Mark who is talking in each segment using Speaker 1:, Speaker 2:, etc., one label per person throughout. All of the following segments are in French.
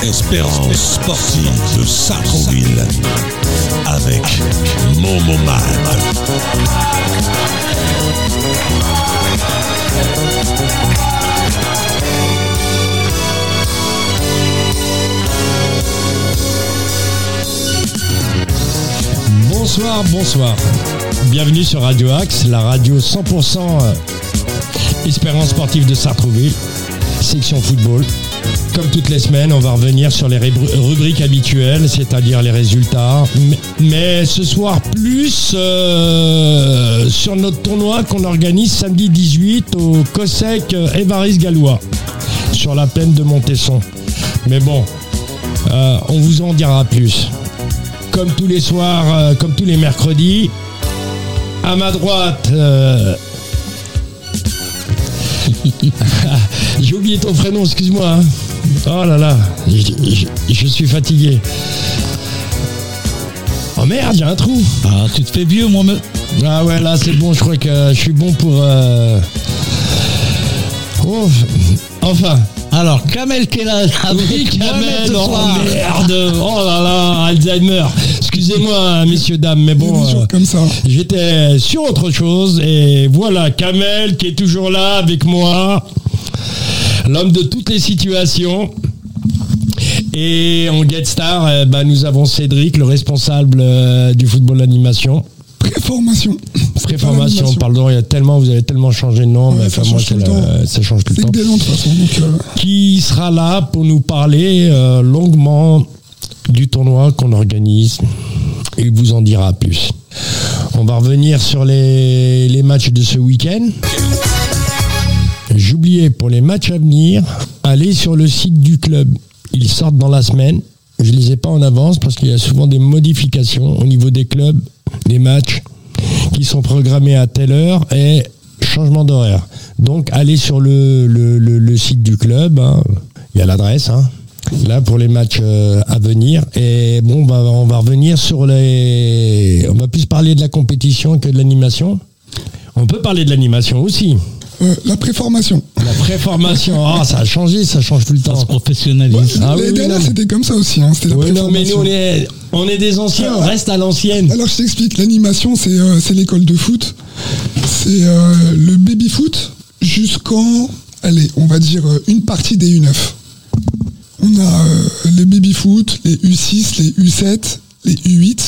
Speaker 1: conférence sportive de Sartrouville avec Momo Mad.
Speaker 2: Bonsoir, bonsoir. Bienvenue sur Radio Axe, la radio 100% euh, espérance sportive de Sartrouville, section football. Comme toutes les semaines, on va revenir sur les rubri- rubriques habituelles, c'est-à-dire les résultats. Mais, mais ce soir, plus euh, sur notre tournoi qu'on organise samedi 18 au COSEC euh, Évariste Gallois, sur la plaine de Montesson. Mais bon, euh, on vous en dira plus comme tous les soirs, euh, comme tous les mercredis. À ma droite, euh, j'ai oublié ton prénom, excuse-moi. hein. Oh là là, je, je- je suis fatigué. Oh merde, j'ai un trou.
Speaker 3: Ah, tu te fais vieux, moi. me-
Speaker 2: Ah ouais, là c'est bon, je crois que je suis bon pour. euh, oh, enfin.
Speaker 3: Alors, Kamel Kellan
Speaker 2: Oui,
Speaker 3: avec
Speaker 2: Kamel,
Speaker 3: Kamel ce
Speaker 2: oh
Speaker 3: soir.
Speaker 2: merde, oh là là, Alzheimer. Excusez-moi, messieurs, dames, mais bon, euh,
Speaker 4: comme ça.
Speaker 2: j'étais sur autre chose et voilà Kamel qui est toujours là avec moi, l'homme de toutes les situations. Et en Get Star, eh ben, nous avons Cédric, le responsable euh, du football d'animation.
Speaker 4: Préformation.
Speaker 2: Préformation,
Speaker 4: Préformation.
Speaker 2: pardon, il y a tellement, vous avez tellement changé de nom,
Speaker 4: Ouais,
Speaker 2: mais
Speaker 4: ça
Speaker 2: enfin, moi,
Speaker 4: change tout
Speaker 2: c'est
Speaker 4: le
Speaker 2: la- ça change tout le
Speaker 4: C'est
Speaker 2: temps
Speaker 4: que des noms de toute façon. Donc, euh,
Speaker 2: qui sera là pour nous parler euh, longuement du tournoi qu'on organise. Il vous en dira plus. On va revenir sur les, les matchs de ce week-end. J'oubliais pour les matchs à venir, allez sur le site du club. Ils sortent dans la semaine. Je ne les ai pas en avance parce qu'il y a souvent des modifications au niveau des clubs, des matchs qui sont programmés à telle heure et changement d'horaire. Donc allez sur le, le, le- le site du club, hein. il y a l'adresse. hein. Là pour les matchs euh, à venir et bon bah, on va revenir sur les on va plus parler de la compétition que de l'animation. On peut parler de l'animation aussi.
Speaker 4: euh, la préformation.
Speaker 2: La préformation, ah ça a changé, ça change tout le
Speaker 3: Ça se
Speaker 2: temps.
Speaker 3: professionnalise.
Speaker 2: Ah
Speaker 4: les
Speaker 2: oui,
Speaker 4: dernières,
Speaker 2: non, mais-
Speaker 4: c'était comme ça aussi. Hein, c'était la
Speaker 2: Oui, non, mais nous
Speaker 4: préformation.
Speaker 2: on est, on est des anciens, on reste à l'ancienne.
Speaker 4: Alors, je t'explique. L'animation, c'est euh, c'est l'école de foot. C'est euh, le baby foot jusqu'en, allez, on va dire euh, une partie des U9. On a euh, les baby foot, les U6, les U7, les U8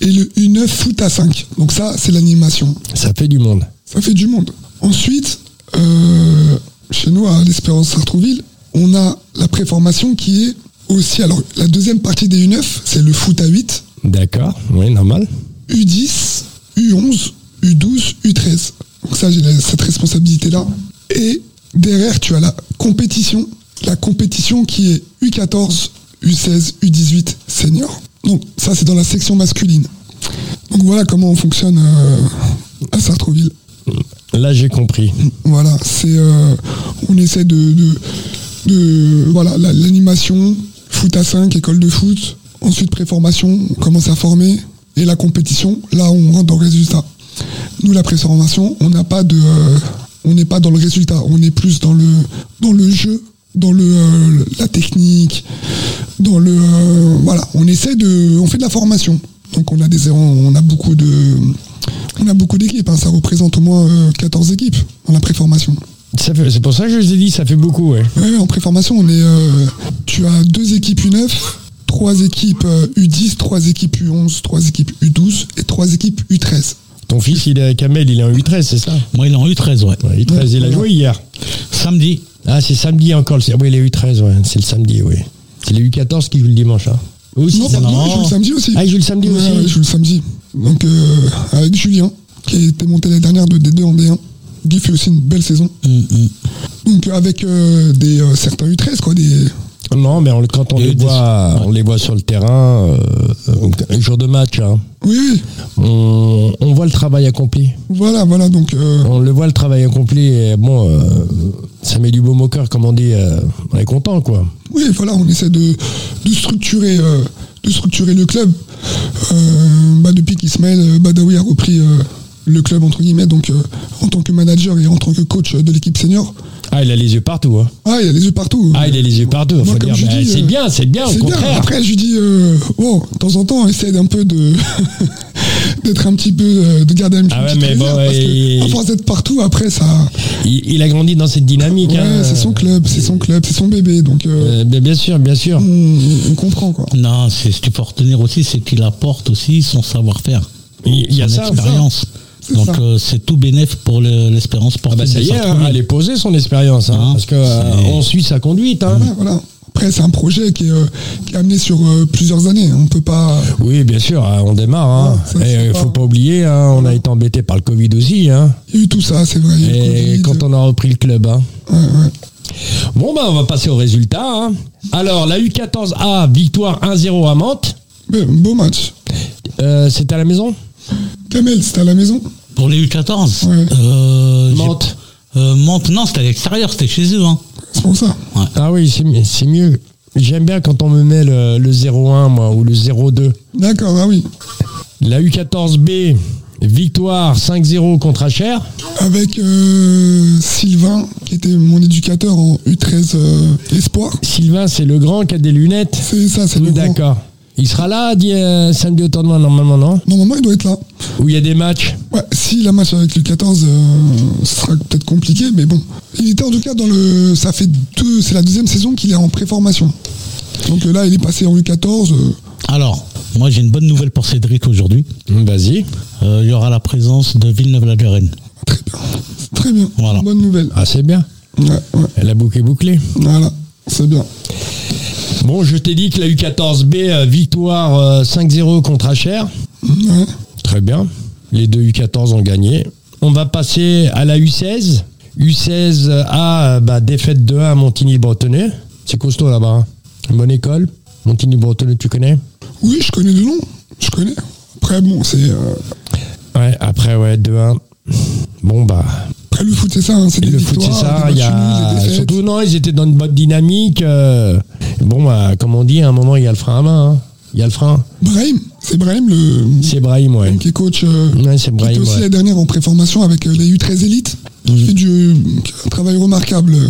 Speaker 4: et le U9 foot à 5. Donc ça, c'est l'animation.
Speaker 2: Ça fait du monde.
Speaker 4: Ça fait du monde. Ensuite, euh, chez nous à l'Espérance Sartrouville, on a la préformation qui est aussi. Alors, la deuxième partie des U9, c'est le foot à 8,
Speaker 2: D'accord, oui, normal.
Speaker 4: U10, U11, U12, U13. Donc, ça, j'ai la- cette responsabilité-là. Et derrière, tu as la compétition. La compétition qui est U14, U16, U18 senior. Donc, ça, c'est dans la section masculine. Donc, voilà comment on fonctionne euh, à Sartrouville.
Speaker 2: Là j'ai compris.
Speaker 4: Voilà, c'est euh, on essaie de, de, de- voilà la- l'animation, foot à 5, école de foot, ensuite préformation, on commence à former et la compétition, là on rentre dans le résultat. Nous la préformation, on n'a pas de euh, on n'est pas dans le résultat, on est plus dans le dans le jeu, dans le euh, la technique, dans le euh, voilà, on essaie de on fait de la formation. Donc on a des on a beaucoup de on a beaucoup d'équipes, hein, ça représente au moins euh, 14 équipes dans la préformation.
Speaker 2: Ça fait- C'est pour ça que je vous ai dit, ça fait beaucoup, ouais.
Speaker 4: Ouais, ouais, en préformation, on est euh, tu as deux équipes U9, trois équipes euh, U10, trois équipes U11, trois équipes U12 et trois équipes U13.
Speaker 2: Ton fils, il est Kamel, il est en U13, c'est ça
Speaker 3: Moi, il est en U13, ouais.
Speaker 2: Ouais, U13, il a
Speaker 4: Ouais.
Speaker 2: joué hier.
Speaker 3: Samedi.
Speaker 2: Ah, c'est samedi encore. le- Ah Oui, les U13, ouais. C'est le samedi, oui. C'est les U14 qui jouent le dimanche. Hein. Eux aussi,
Speaker 4: non,
Speaker 2: ça-
Speaker 4: pardon,
Speaker 3: non.
Speaker 4: il joue le samedi aussi.
Speaker 2: Ah, il joue le samedi
Speaker 4: Ouais,
Speaker 2: aussi.
Speaker 4: ouais, il joue le samedi. Donc euh, avec Julien, qui était monté l'année dernière de D2 en D1. Guy fait aussi une belle saison.
Speaker 2: Mm,
Speaker 3: Hum, hum.
Speaker 4: Donc avec euh, des euh, certains U13 quoi, des
Speaker 2: Non, mais on- quand on
Speaker 3: Il y a
Speaker 2: les,
Speaker 3: eu des-
Speaker 2: voit, on les voit sur le terrain, euh, euh, un jour de match, hein,
Speaker 4: oui, oui,
Speaker 2: on, on voit le travail accompli.
Speaker 4: voilà, voilà donc euh,
Speaker 2: On le voit, le travail accompli. Et bon, euh, ça met du baume au cœur, comme on dit. euh, on est content, quoi.
Speaker 4: Oui, voilà, on essaie de, de structurer, euh, de structurer le club. Euh, bah, depuis qu'Ismaël euh, Badawi a repris euh, le club, entre guillemets, donc euh, en tant que manager et en tant que coach euh, de l'équipe senior.
Speaker 2: Ah, Ah, il a les yeux partout. hein.
Speaker 4: Ah, il a les yeux partout.
Speaker 2: Ah, il a les yeux partout.
Speaker 4: Moi,
Speaker 2: faut
Speaker 4: comme
Speaker 2: dire,
Speaker 4: je
Speaker 2: bah,
Speaker 4: dis,
Speaker 2: c'est
Speaker 4: euh,
Speaker 2: bien, c'est bien, au
Speaker 4: C'est bien.
Speaker 2: contraire.
Speaker 4: Après, je lui dis, euh, bon, de temps en temps, essaie un peu de d'être un petit peu, euh, de garder un petit
Speaker 2: Ah ouais,
Speaker 4: petite
Speaker 2: mais bon,
Speaker 4: réserve, parce que
Speaker 2: et-
Speaker 4: à force d'être partout, après ça,
Speaker 2: Il, il a grandi dans cette dynamique.
Speaker 4: ouais,
Speaker 2: hein.
Speaker 4: c'est son club, c'est son club, c'est son bébé, donc euh,
Speaker 2: Euh, bien bien sûr, bien sûr.
Speaker 4: Mm. on, on comprend quoi.
Speaker 3: Non, c'est ce qu'il faut retenir aussi, c'est qu'il apporte aussi son savoir-faire.
Speaker 2: Il il y a
Speaker 3: son
Speaker 2: ça.
Speaker 3: expérience.
Speaker 4: C'est
Speaker 3: Donc
Speaker 4: ça.
Speaker 3: euh, c'est tout bénéf pour le- l'espérance
Speaker 2: Ah
Speaker 3: sportive.
Speaker 2: bah ça
Speaker 3: de
Speaker 2: y est,
Speaker 3: Sartrouville.
Speaker 2: hein, elle est posée son expérience, hein,
Speaker 3: Hein,
Speaker 2: parce que euh,
Speaker 3: c'est-
Speaker 2: on suit sa conduite. hein.
Speaker 4: Voilà, voilà. Après, c'est un projet qui est, euh, qui est amené sur euh, plusieurs années. On peut pas.
Speaker 2: Oui, bien sûr, hein, on démarre. Hein.
Speaker 4: Ouais, ça,
Speaker 2: Et,
Speaker 4: c'est
Speaker 2: euh,
Speaker 4: pas-
Speaker 2: faut pas oublier, hein, on a été embêté par le Covid aussi. Hein.
Speaker 4: Il y a eu tout ça, c'est vrai. il y a eu le
Speaker 2: Et
Speaker 4: Covid.
Speaker 2: quand on a repris le club. Hein.
Speaker 4: Ouais, ouais.
Speaker 2: Bon bah on va passer aux résultats. hein. Alors la U14A, victoire 1-0 à Mantes.
Speaker 4: Mais, beau match.
Speaker 2: Euh, C'était à la maison
Speaker 4: Kamel, c'était à la maison.
Speaker 3: Pour les U14
Speaker 4: Ouais.
Speaker 3: euh, j'ai-
Speaker 2: Mantes.
Speaker 3: euh, Mantes, non, c'était à l'extérieur, c'était chez eux. Hein.
Speaker 4: C'est pour ça.
Speaker 2: Ah oui, c'est mi- c'est mieux. J'aime bien quand on me met le, le 0-1 moi ou le 0-2.
Speaker 4: D'accord, ah oui.
Speaker 2: La U14B, victoire 5-0 contre Acher.
Speaker 4: Avec euh, Sylvain, qui était mon éducateur en U13 euh, Espoir.
Speaker 2: Sylvain, c'est le grand qui a des lunettes.
Speaker 4: C'est ça, c'est
Speaker 2: Oui,
Speaker 4: le grand.
Speaker 2: D'accord. Il sera là dit, euh, samedi au tournoi normalement, non
Speaker 4: Normalement, il doit être là.
Speaker 2: Où il y a des matchs.
Speaker 4: Ouais, si la match avec le 14, euh, ce sera peut-être compliqué, mais bon. Il était en tout cas dans le. Ça fait deux. C'est la deuxième saison qu'il est en préformation. Donc euh, là, il est passé en U14. euh,
Speaker 3: Alors, moi j'ai une bonne nouvelle pour Cédric aujourd'hui.
Speaker 2: Hmm, Vas-y.
Speaker 3: Euh, il y aura la présence de Villeneuve-la-Garenne.
Speaker 4: très bien. Très bien.
Speaker 3: Voilà.
Speaker 4: Bonne nouvelle.
Speaker 2: Ah, c'est bien.
Speaker 4: Ouais, ouais.
Speaker 2: La boucle est bouclée.
Speaker 4: Voilà. C'est bien.
Speaker 2: Bon, je t'ai dit que la U14B, euh, victoire euh, 5-0 contre Acher.
Speaker 4: Ouais.
Speaker 2: Très bien. Les deux U14 ont gagné. On va passer à la U16. U16A, euh, bah, défaite 2-1 à Montigny-Bretonneux. C'est costaud là-bas. hein. Une bonne école. Montigny-Bretonneux, tu connais
Speaker 4: Oui, je connais le nom. Je connais. Après, bon, c'est. euh,
Speaker 2: Ouais, après, ouais, 2-1. Bon, bah,
Speaker 4: Après, le foot, c'est ça. hein, c'est
Speaker 2: Et
Speaker 4: des
Speaker 2: le foot,
Speaker 4: victoires,
Speaker 2: c'est ça.
Speaker 4: des
Speaker 2: Il y
Speaker 4: matchs nuls,
Speaker 2: a...
Speaker 4: des défaites.
Speaker 2: Surtout, non, ils étaient dans une bonne dynamique. euh, Bon, bah, comme on dit, à un moment, il y a le frein à main. hein. Il y a le frein.
Speaker 4: Brahim. C'est Brahim, le.
Speaker 2: C'est Brahim, ouais.
Speaker 4: qui est coach. euh,
Speaker 2: Ouais, c'est
Speaker 4: qui était
Speaker 2: Brahim,
Speaker 4: aussi
Speaker 2: ouais. Mhm.
Speaker 4: la dernière en préformation avec euh, les U13 élites. Qui fait du, qui a un travail remarquable. euh,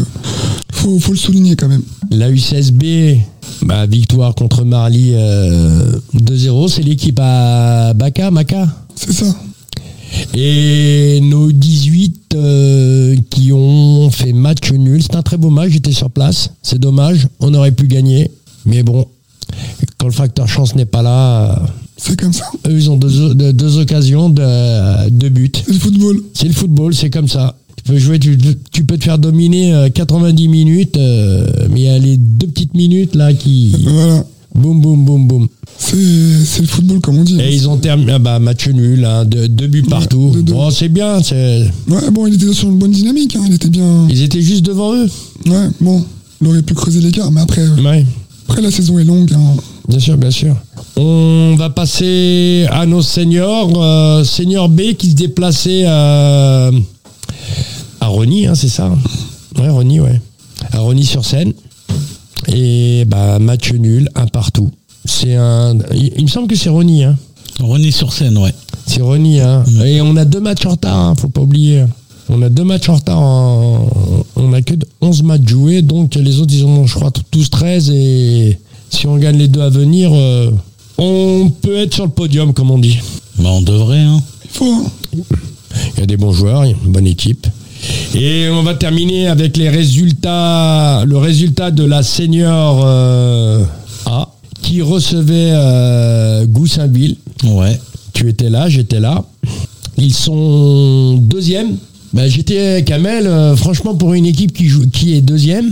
Speaker 4: Faut, faut le souligner quand même.
Speaker 2: La U16B, bah, victoire contre Marly euh, 2-0. C'est l'équipe à Baka, Maka.
Speaker 4: C'est ça.
Speaker 2: Et nos 18 euh, qui ont fait match nul. C'est un très beau match, j'étais sur place. C'est dommage, on aurait pu gagner. Mais bon, quand le facteur chance n'est pas là... euh,
Speaker 4: C'est comme ça.
Speaker 2: Eux, ils ont deux, deux- deux occasions de, de but.
Speaker 4: C'est le football.
Speaker 2: C'est le football, c'est comme ça. Tu peux jouer, tu, tu peux te faire dominer euh, 90 minutes, euh, mais il y a les deux petites minutes là qui.
Speaker 4: Voilà.
Speaker 2: Boum, boum, boum, boum.
Speaker 4: C'est c'est le football comme on dit.
Speaker 2: Et ils ont terminé. Ah bah, match nul, hein, deux, deux buts partout.
Speaker 4: deux, deux.
Speaker 2: Bon, c'est bien. c'est-
Speaker 4: Ouais, bon, il était sur une bonne dynamique. hein, Il était bien.
Speaker 2: Ils étaient juste devant eux.
Speaker 4: Ouais, bon. Il aurait pu creuser l'écart, mais après, euh,
Speaker 2: Ouais,
Speaker 4: après la saison est longue. hein.
Speaker 2: bien sûr, bien sûr. On va passer à nos seniors. euh, senior B qui se déplaçait euh, à Rony, hein, c'est ça Ouais, Rony, ouais. À Rony sur scène. Et bah, match nul, un partout. C'est un. Il il me semble que c'est Rony, hein.
Speaker 3: René sur scène, ouais.
Speaker 2: C'est Rony, hein. Et on a deux matchs en retard, hein, faut pas oublier. On a deux matchs en retard. en- On a que de- 11 matchs joués, donc les autres, ils en ont, je crois, tous 13. Et si on gagne les deux à venir, euh, on peut être sur le podium, comme on dit.
Speaker 3: Bah, on devrait, hein.
Speaker 4: Il faut. hein.
Speaker 2: Il y a des bons joueurs, il y a une bonne équipe. Et on va terminer avec les résultats, le résultat de la senior euh, A qui recevait euh, Goussainville.
Speaker 3: Ouais.
Speaker 2: Tu étais là, j'étais là. Ils sont deuxième. Bah, j'étais Kamel, euh, franchement pour une équipe qui joue, qui est deuxième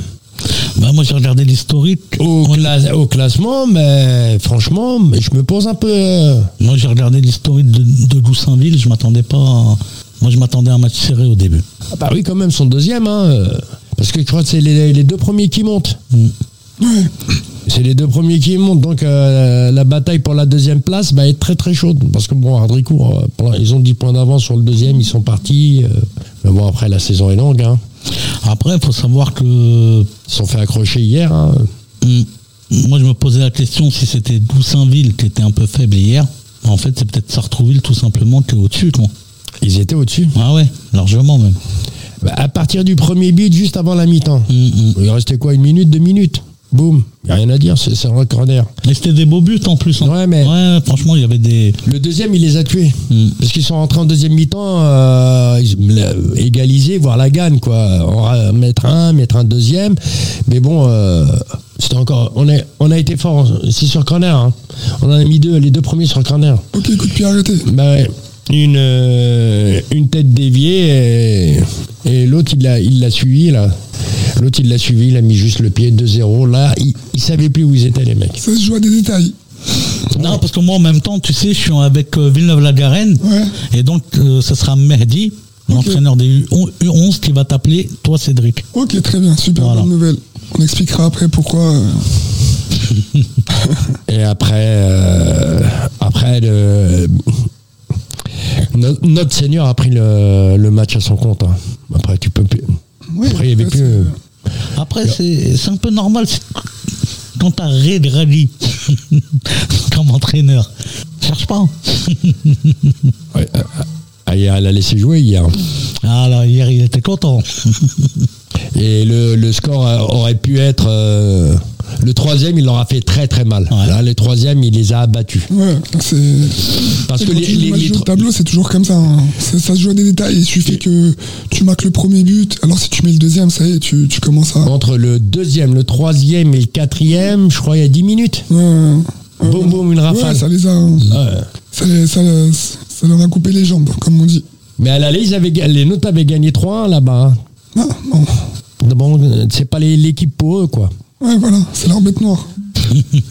Speaker 3: Bah, moi j'ai regardé l'historique.
Speaker 2: au,
Speaker 3: On-
Speaker 2: cla- au classement, mais franchement, mais je me pose un peu. euh,
Speaker 3: Moi j'ai regardé l'historique de, de Goussainville, je m'attendais pas. à- Moi je m'attendais à un match serré au début.
Speaker 2: ah bah oui, quand même, ils sont deuxième, hein, euh, parce que je crois que c'est les- les deux premiers qui montent.
Speaker 4: Ouais.
Speaker 2: C'est les deux premiers qui montent, donc euh, la bataille pour la deuxième place va être très très chaude. Parce que bon, Ardricourt, euh, pour la- ils ont 10 points d'avance sur le deuxième, ils sont partis. euh, mais bon, après, la saison est longue. hein.
Speaker 3: Après, il faut savoir que
Speaker 2: Ils se sont fait accrocher hier. hein.
Speaker 3: Hmm. Moi, je me posais la question si c'était Goussainville qui était un peu faible hier. En fait, c'est peut-être Sartrouville tout simplement qui est au-dessus, quoi.
Speaker 2: Ils étaient au-dessus. Bah,
Speaker 3: Ah ouais, largement même.
Speaker 2: À partir du premier beat, juste avant la mi-temps.
Speaker 3: Mm, mm.
Speaker 2: Il restait quoi Une minute, deux minutes Boum. Y a rien à dire, c'est c'est un recordaire.
Speaker 3: Mais c'était des beaux buts en plus. hein.
Speaker 2: Ouais, mais-
Speaker 3: Ouais, franchement, il y avait des.
Speaker 2: Le deuxième, il les a tués.
Speaker 3: Mm.
Speaker 2: Parce qu'ils sont rentrés en deuxième mi-temps, euh, ils- la- égaliser, voire la gagne, quoi. On va mettre un, mettre un deuxième. Mais bon, euh, c'était encore. On, est, on a été fort. C'est sur corner. hein. On en a mis deux, les deux premiers sur corner.
Speaker 4: Ok, coup de pied arrêté.
Speaker 2: Bah ouais. Une, euh, une tête déviée et, et l'autre il l'a il l'a suivi là. L'autre il l'a suivi, il a mis juste le pied 2-0. Là, il, il savait plus où ils étaient les mecs.
Speaker 4: Ça se joue à des détails.
Speaker 3: Non, parce que moi, en même temps, tu sais, je suis avec euh, Villeneuve-la-Garenne.
Speaker 4: Ouais.
Speaker 3: Et donc, euh, ce sera Mehdi, l'entraîneur des U- U11, qui va t'appeler, toi, Cédric.
Speaker 4: Ok, très bien, super
Speaker 3: Voilà.
Speaker 4: bonne nouvelle. On expliquera après pourquoi. euh,
Speaker 2: Et après, euh, après le, no- notre seigneur a pris le, le match à son compte. hein. Après, tu peux plus.
Speaker 4: Oui,
Speaker 2: après, il y avait
Speaker 4: après,
Speaker 2: plus. euh,
Speaker 3: Après, c'est c'est un peu normal c'est- quand t'as Red Rally comme entraîneur. Cherche pas. hein.
Speaker 2: ouais, euh, ah, hier, elle a laissé jouer hier.
Speaker 3: Alors, Ah, hier, il était content.
Speaker 2: Et le, le score euh, aurait pu être. euh, le troisième, il leur a fait très très mal.
Speaker 3: Ouais.
Speaker 2: Là, le troisième, il les a abattus.
Speaker 4: Ouais, c'est.
Speaker 2: Parce
Speaker 4: Et
Speaker 2: que
Speaker 4: quand
Speaker 2: les,
Speaker 4: tu joues
Speaker 2: les-
Speaker 4: mal
Speaker 2: les
Speaker 4: sur le
Speaker 2: tro-
Speaker 4: tableau, c'est toujours comme ça. hein. Ça ça se joue à des détails. Il suffit que tu marques le premier but. Alors si tu mets le deuxième, ça y est, tu, tu commences à.
Speaker 2: entre le deuxième, le troisième et le quatrième, je crois, il y a 10 minutes.
Speaker 4: Ouais, ouais, ouais.
Speaker 2: Boum, boum, une
Speaker 4: Ouais,
Speaker 2: rafale.
Speaker 4: ça les a. hein.
Speaker 2: Ouais.
Speaker 4: Ça, les- ça, les- ça leur a coupé les jambes, comme on dit.
Speaker 2: Mais à l'aller, ils avaient ga- les nôtres avaient gagné 3-1 là-bas. hein.
Speaker 4: Non, non.
Speaker 2: Bon, euh, c'est pas les- l'équipe pour eux, quoi.
Speaker 4: Ouais, voilà, c'est leur bête noire.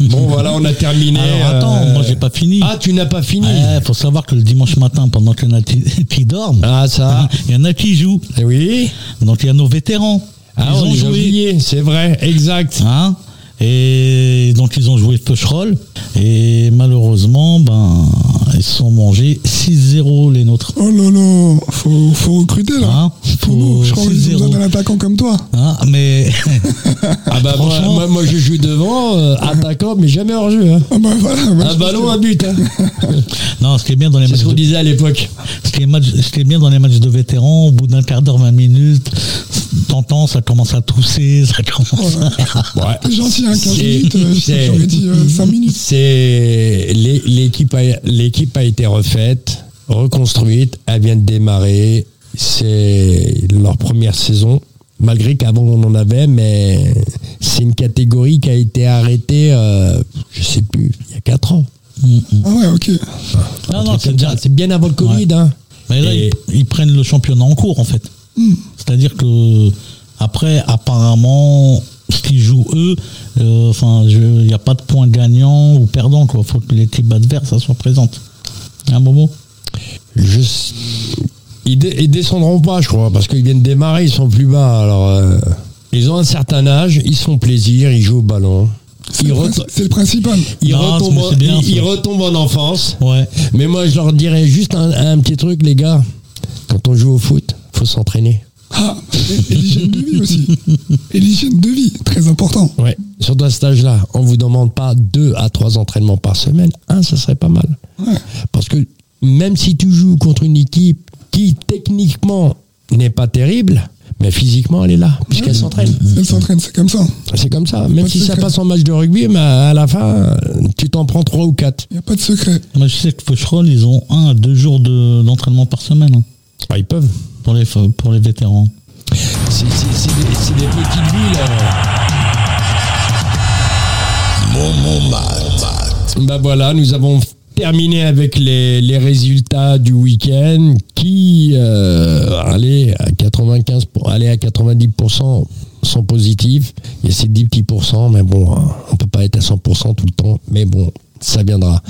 Speaker 2: Bon, voilà, on a terminé.
Speaker 3: Alors, attends,
Speaker 2: euh,
Speaker 3: moi, j'ai pas fini.
Speaker 2: Ah, tu n'as pas fini
Speaker 3: Ouais, faut savoir que le dimanche matin, pendant qu'il y en a qui qui dorment,
Speaker 2: Ah, ça
Speaker 3: il y en a qui jouent.
Speaker 2: Eh Oui
Speaker 3: Donc, il y a nos vétérans.
Speaker 2: Ah,
Speaker 3: ils
Speaker 2: on
Speaker 3: ont
Speaker 2: les a
Speaker 3: joué.
Speaker 2: oubliés, c'est vrai, exact.
Speaker 3: Hein et donc ils ont joué Feucherolles et malheureusement ben ils se sont mangés 6-0 les nôtres.
Speaker 4: Oh là là, faut, faut recruter là.
Speaker 2: Ah,
Speaker 3: Hein,
Speaker 4: Pour nous, je
Speaker 3: faut
Speaker 4: crois qu'ils ont
Speaker 3: 6-0.
Speaker 4: besoin d'un attaquant comme toi.
Speaker 3: Hein, mais
Speaker 2: Ah, bah, moi,
Speaker 3: Franchement.
Speaker 2: moi, moi, je joue devant, euh, attaquant, mais jamais hors jeu. hein.
Speaker 4: Ah bah voilà. moi,
Speaker 2: Un
Speaker 4: je pense
Speaker 2: ballon,
Speaker 4: que-
Speaker 2: un but. hein.
Speaker 3: non, ce qui est bien dans les
Speaker 2: C'est
Speaker 3: matchs
Speaker 2: ce qu'on
Speaker 3: de,
Speaker 2: disait à l'époque.
Speaker 3: ce qui est match- ce qui est bien dans les matchs de vétérans, au bout d'un quart d'heure, 20 minutes, t'entends, ça commence à tousser, ça commence
Speaker 2: Oh,
Speaker 3: à...
Speaker 2: Ouais.
Speaker 4: T'es gentil, hein, 15
Speaker 2: C'est-
Speaker 4: minutes. euh,
Speaker 2: c'est-
Speaker 4: J'aurais dit 5 minutes.
Speaker 2: C'est l'é- l'équipe a, l'équipe a été refaite, reconstruite, elle vient de démarrer. C'est leur première saison. Malgré qu'avant on en avait, mais c'est une catégorie qui a été arrêtée, euh, je sais plus, il y a 4 ans.
Speaker 4: Ah ouais, ok.
Speaker 3: Non,
Speaker 2: Un
Speaker 3: non,
Speaker 2: truc
Speaker 3: c'est
Speaker 2: comme
Speaker 3: bien.
Speaker 2: ça. C'est bien avant le Covid. hein.
Speaker 3: Mais là,
Speaker 2: Et-
Speaker 3: ils, ils prennent le championnat en cours, en fait.
Speaker 2: Hmm.
Speaker 3: C'est-à-dire que, après, apparemment, ce qu'ils jouent eux, euh, enfin, je- il n'y a pas de point gagnant ou perdant, quoi. faut que l'équipe adverse, ça soit présente. Un moment.
Speaker 2: Je s- Ils, dé- ils descendront pas, je crois, parce qu'ils viennent démarrer, ils sont plus bas. Alors, euh, ils ont un certain âge, ils se font plaisir, ils jouent au ballon.
Speaker 4: C'est
Speaker 2: Ils
Speaker 4: le,
Speaker 2: retournent-
Speaker 4: princi- c'est le principal.
Speaker 2: Ils,
Speaker 3: Non,
Speaker 2: retombent,
Speaker 3: mais c'est bien,
Speaker 2: en-
Speaker 3: ça.
Speaker 2: ils, ils retombent en enfance.
Speaker 3: Ouais.
Speaker 2: Mais moi, je leur dirais juste un, un petit truc, les gars. Quand on joue au foot, faut s'entraîner.
Speaker 4: Ah, et, et l'hygiène de vie aussi. Et l'hygiène de vie, très important.
Speaker 2: Ouais. Surtout à cet âge-là, on vous demande pas deux à trois entraînements par semaine. Un, ça serait pas mal. Parce que même si tu joues contre une équipe qui, techniquement, n'est pas terrible, mais physiquement, elle est là, puisqu'elle s'entraîne.
Speaker 4: Elle s'entraîne, c'est comme ça.
Speaker 2: C'est comme ça. Même
Speaker 4: de
Speaker 2: si ça
Speaker 4: secret.
Speaker 2: passe en match de rugby, mais à la fin, tu t'en prends trois ou quatre.
Speaker 4: Il n'y a pas de secret.
Speaker 3: Moi, je sais que Faucheron, ils ont un à deux jours de- d'entraînement par semaine hein,
Speaker 2: Ah, ils peuvent.
Speaker 3: pour, les, fa- pour les vétérans.
Speaker 2: C'est c'est- c'est des, c'est des petites villes. euh.
Speaker 1: Momo Mat.
Speaker 2: Bah voilà, nous avons terminé avec les, les résultats du week-end qui euh, allaient à 95 pour, allaient à 90% sont positifs. Il y a ces 10 petits pourcents, mais bon, hein, on peut pas être à 100% tout le temps, mais bon, ça viendra.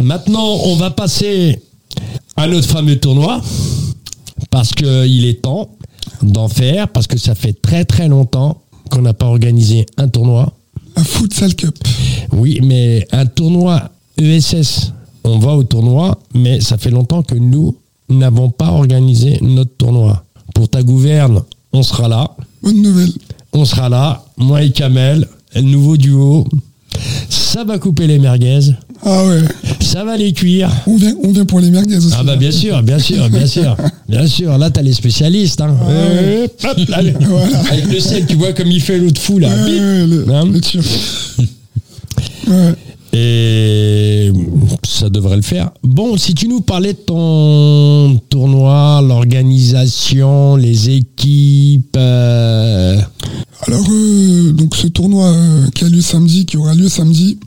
Speaker 2: Maintenant, on va passer à notre fameux tournoi parce que il est temps d'en faire parce que ça fait très très longtemps qu'on n'a pas organisé un tournoi.
Speaker 4: La Futsal Cup.
Speaker 2: Oui, mais un tournoi ESS, on va au tournoi, mais ça fait longtemps que nous n'avons pas organisé notre tournoi. Pour ta gouverne, on sera là.
Speaker 4: Bonne nouvelle.
Speaker 2: On sera là. Moi et Kamel, nouveau duo. Ça va couper les merguez,
Speaker 4: Ah ouais,
Speaker 2: ça va les cuire.
Speaker 4: on vient, on vient pour les merguez aussi.
Speaker 2: Ah bah bien sûr, bien sûr, bien sûr. Bien sûr, là t'as les spécialistes. Hein.
Speaker 4: Ouais.
Speaker 2: Hop, hop, là, le-
Speaker 4: Voilà.
Speaker 2: Avec le sel, tu vois comme il fait l'autre fou là.
Speaker 4: Ouais,
Speaker 2: Bip.
Speaker 4: ouais, le,
Speaker 2: Hein
Speaker 4: le tir. Ouais.
Speaker 2: Et ça devrait le faire. Bon, si tu nous parlais de ton tournoi, l'organisation, les équipes. euh,
Speaker 4: Alors, euh, donc ce tournoi euh, qui a lieu samedi, qui aura lieu samedi,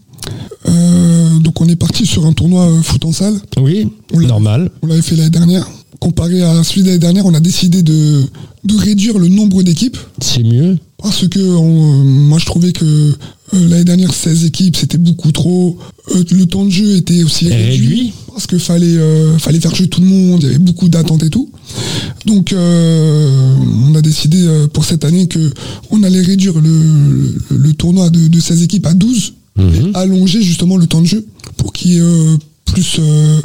Speaker 4: euh, donc on est parti sur un tournoi euh, foot en salle.
Speaker 2: Oui,
Speaker 4: Oula.
Speaker 2: normal.
Speaker 4: On l'avait fait l'année dernière. Comparé à celui de l'année dernière, on a décidé de, de réduire le nombre d'équipes.
Speaker 2: C'est mieux.
Speaker 4: Parce que on, euh, moi je trouvais que euh, l'année dernière 16 équipes c'était beaucoup trop. Euh, le temps de jeu était aussi
Speaker 2: Réduit.
Speaker 4: réduit. Parce que fallait, euh, fallait faire jouer tout le monde, il y avait beaucoup d'attentes et tout. Donc euh, on a décidé euh, pour cette année que on allait réduire le, le- le tournoi de, de 16 équipes à 12,
Speaker 2: Mhm.
Speaker 4: allonger justement le temps de jeu pour qu'il y ait euh, plus euh,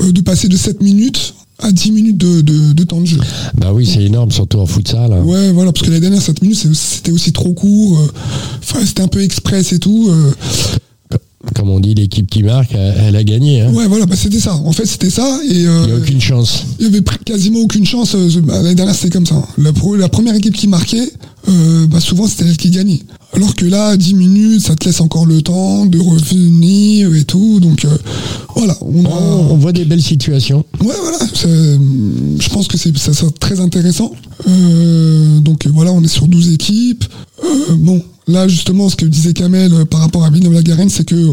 Speaker 4: euh, de passer de 7 minutes à 10 minutes de- de- de temps de jeu.
Speaker 2: Bah oui, c'est énorme, surtout en futsal. hein.
Speaker 4: Ouais, voilà, parce que la dernière 7 minutes, c'est- c'était aussi trop court. euh, Enfin, c'était un peu express et tout. euh.
Speaker 2: Comme on dit, l'équipe qui marque, elle, elle a gagné. hein.
Speaker 4: Ouais, voilà, bah, c'était ça. En fait, c'était ça. Et
Speaker 2: Il n'y a
Speaker 4: euh,
Speaker 2: aucune chance.
Speaker 4: il y avait pr- quasiment aucune chance. euh, ce- bah, la dernière, c'était comme ça. La, pro- la première équipe qui marquait, euh, bah, souvent, c'était elle qui gagnait. Alors que là, 10 minutes, ça te laisse encore le temps de revenir et tout. Donc, euh, voilà. On a...
Speaker 2: Oh, on voit des belles situations.
Speaker 4: Ouais, voilà. ça- je pense que c'est ça sera très intéressant. Euh, donc euh, voilà, on est sur 12 équipes. Euh, bon, là justement, ce que disait Kamel euh, par rapport à villeneuve la garenne c'est que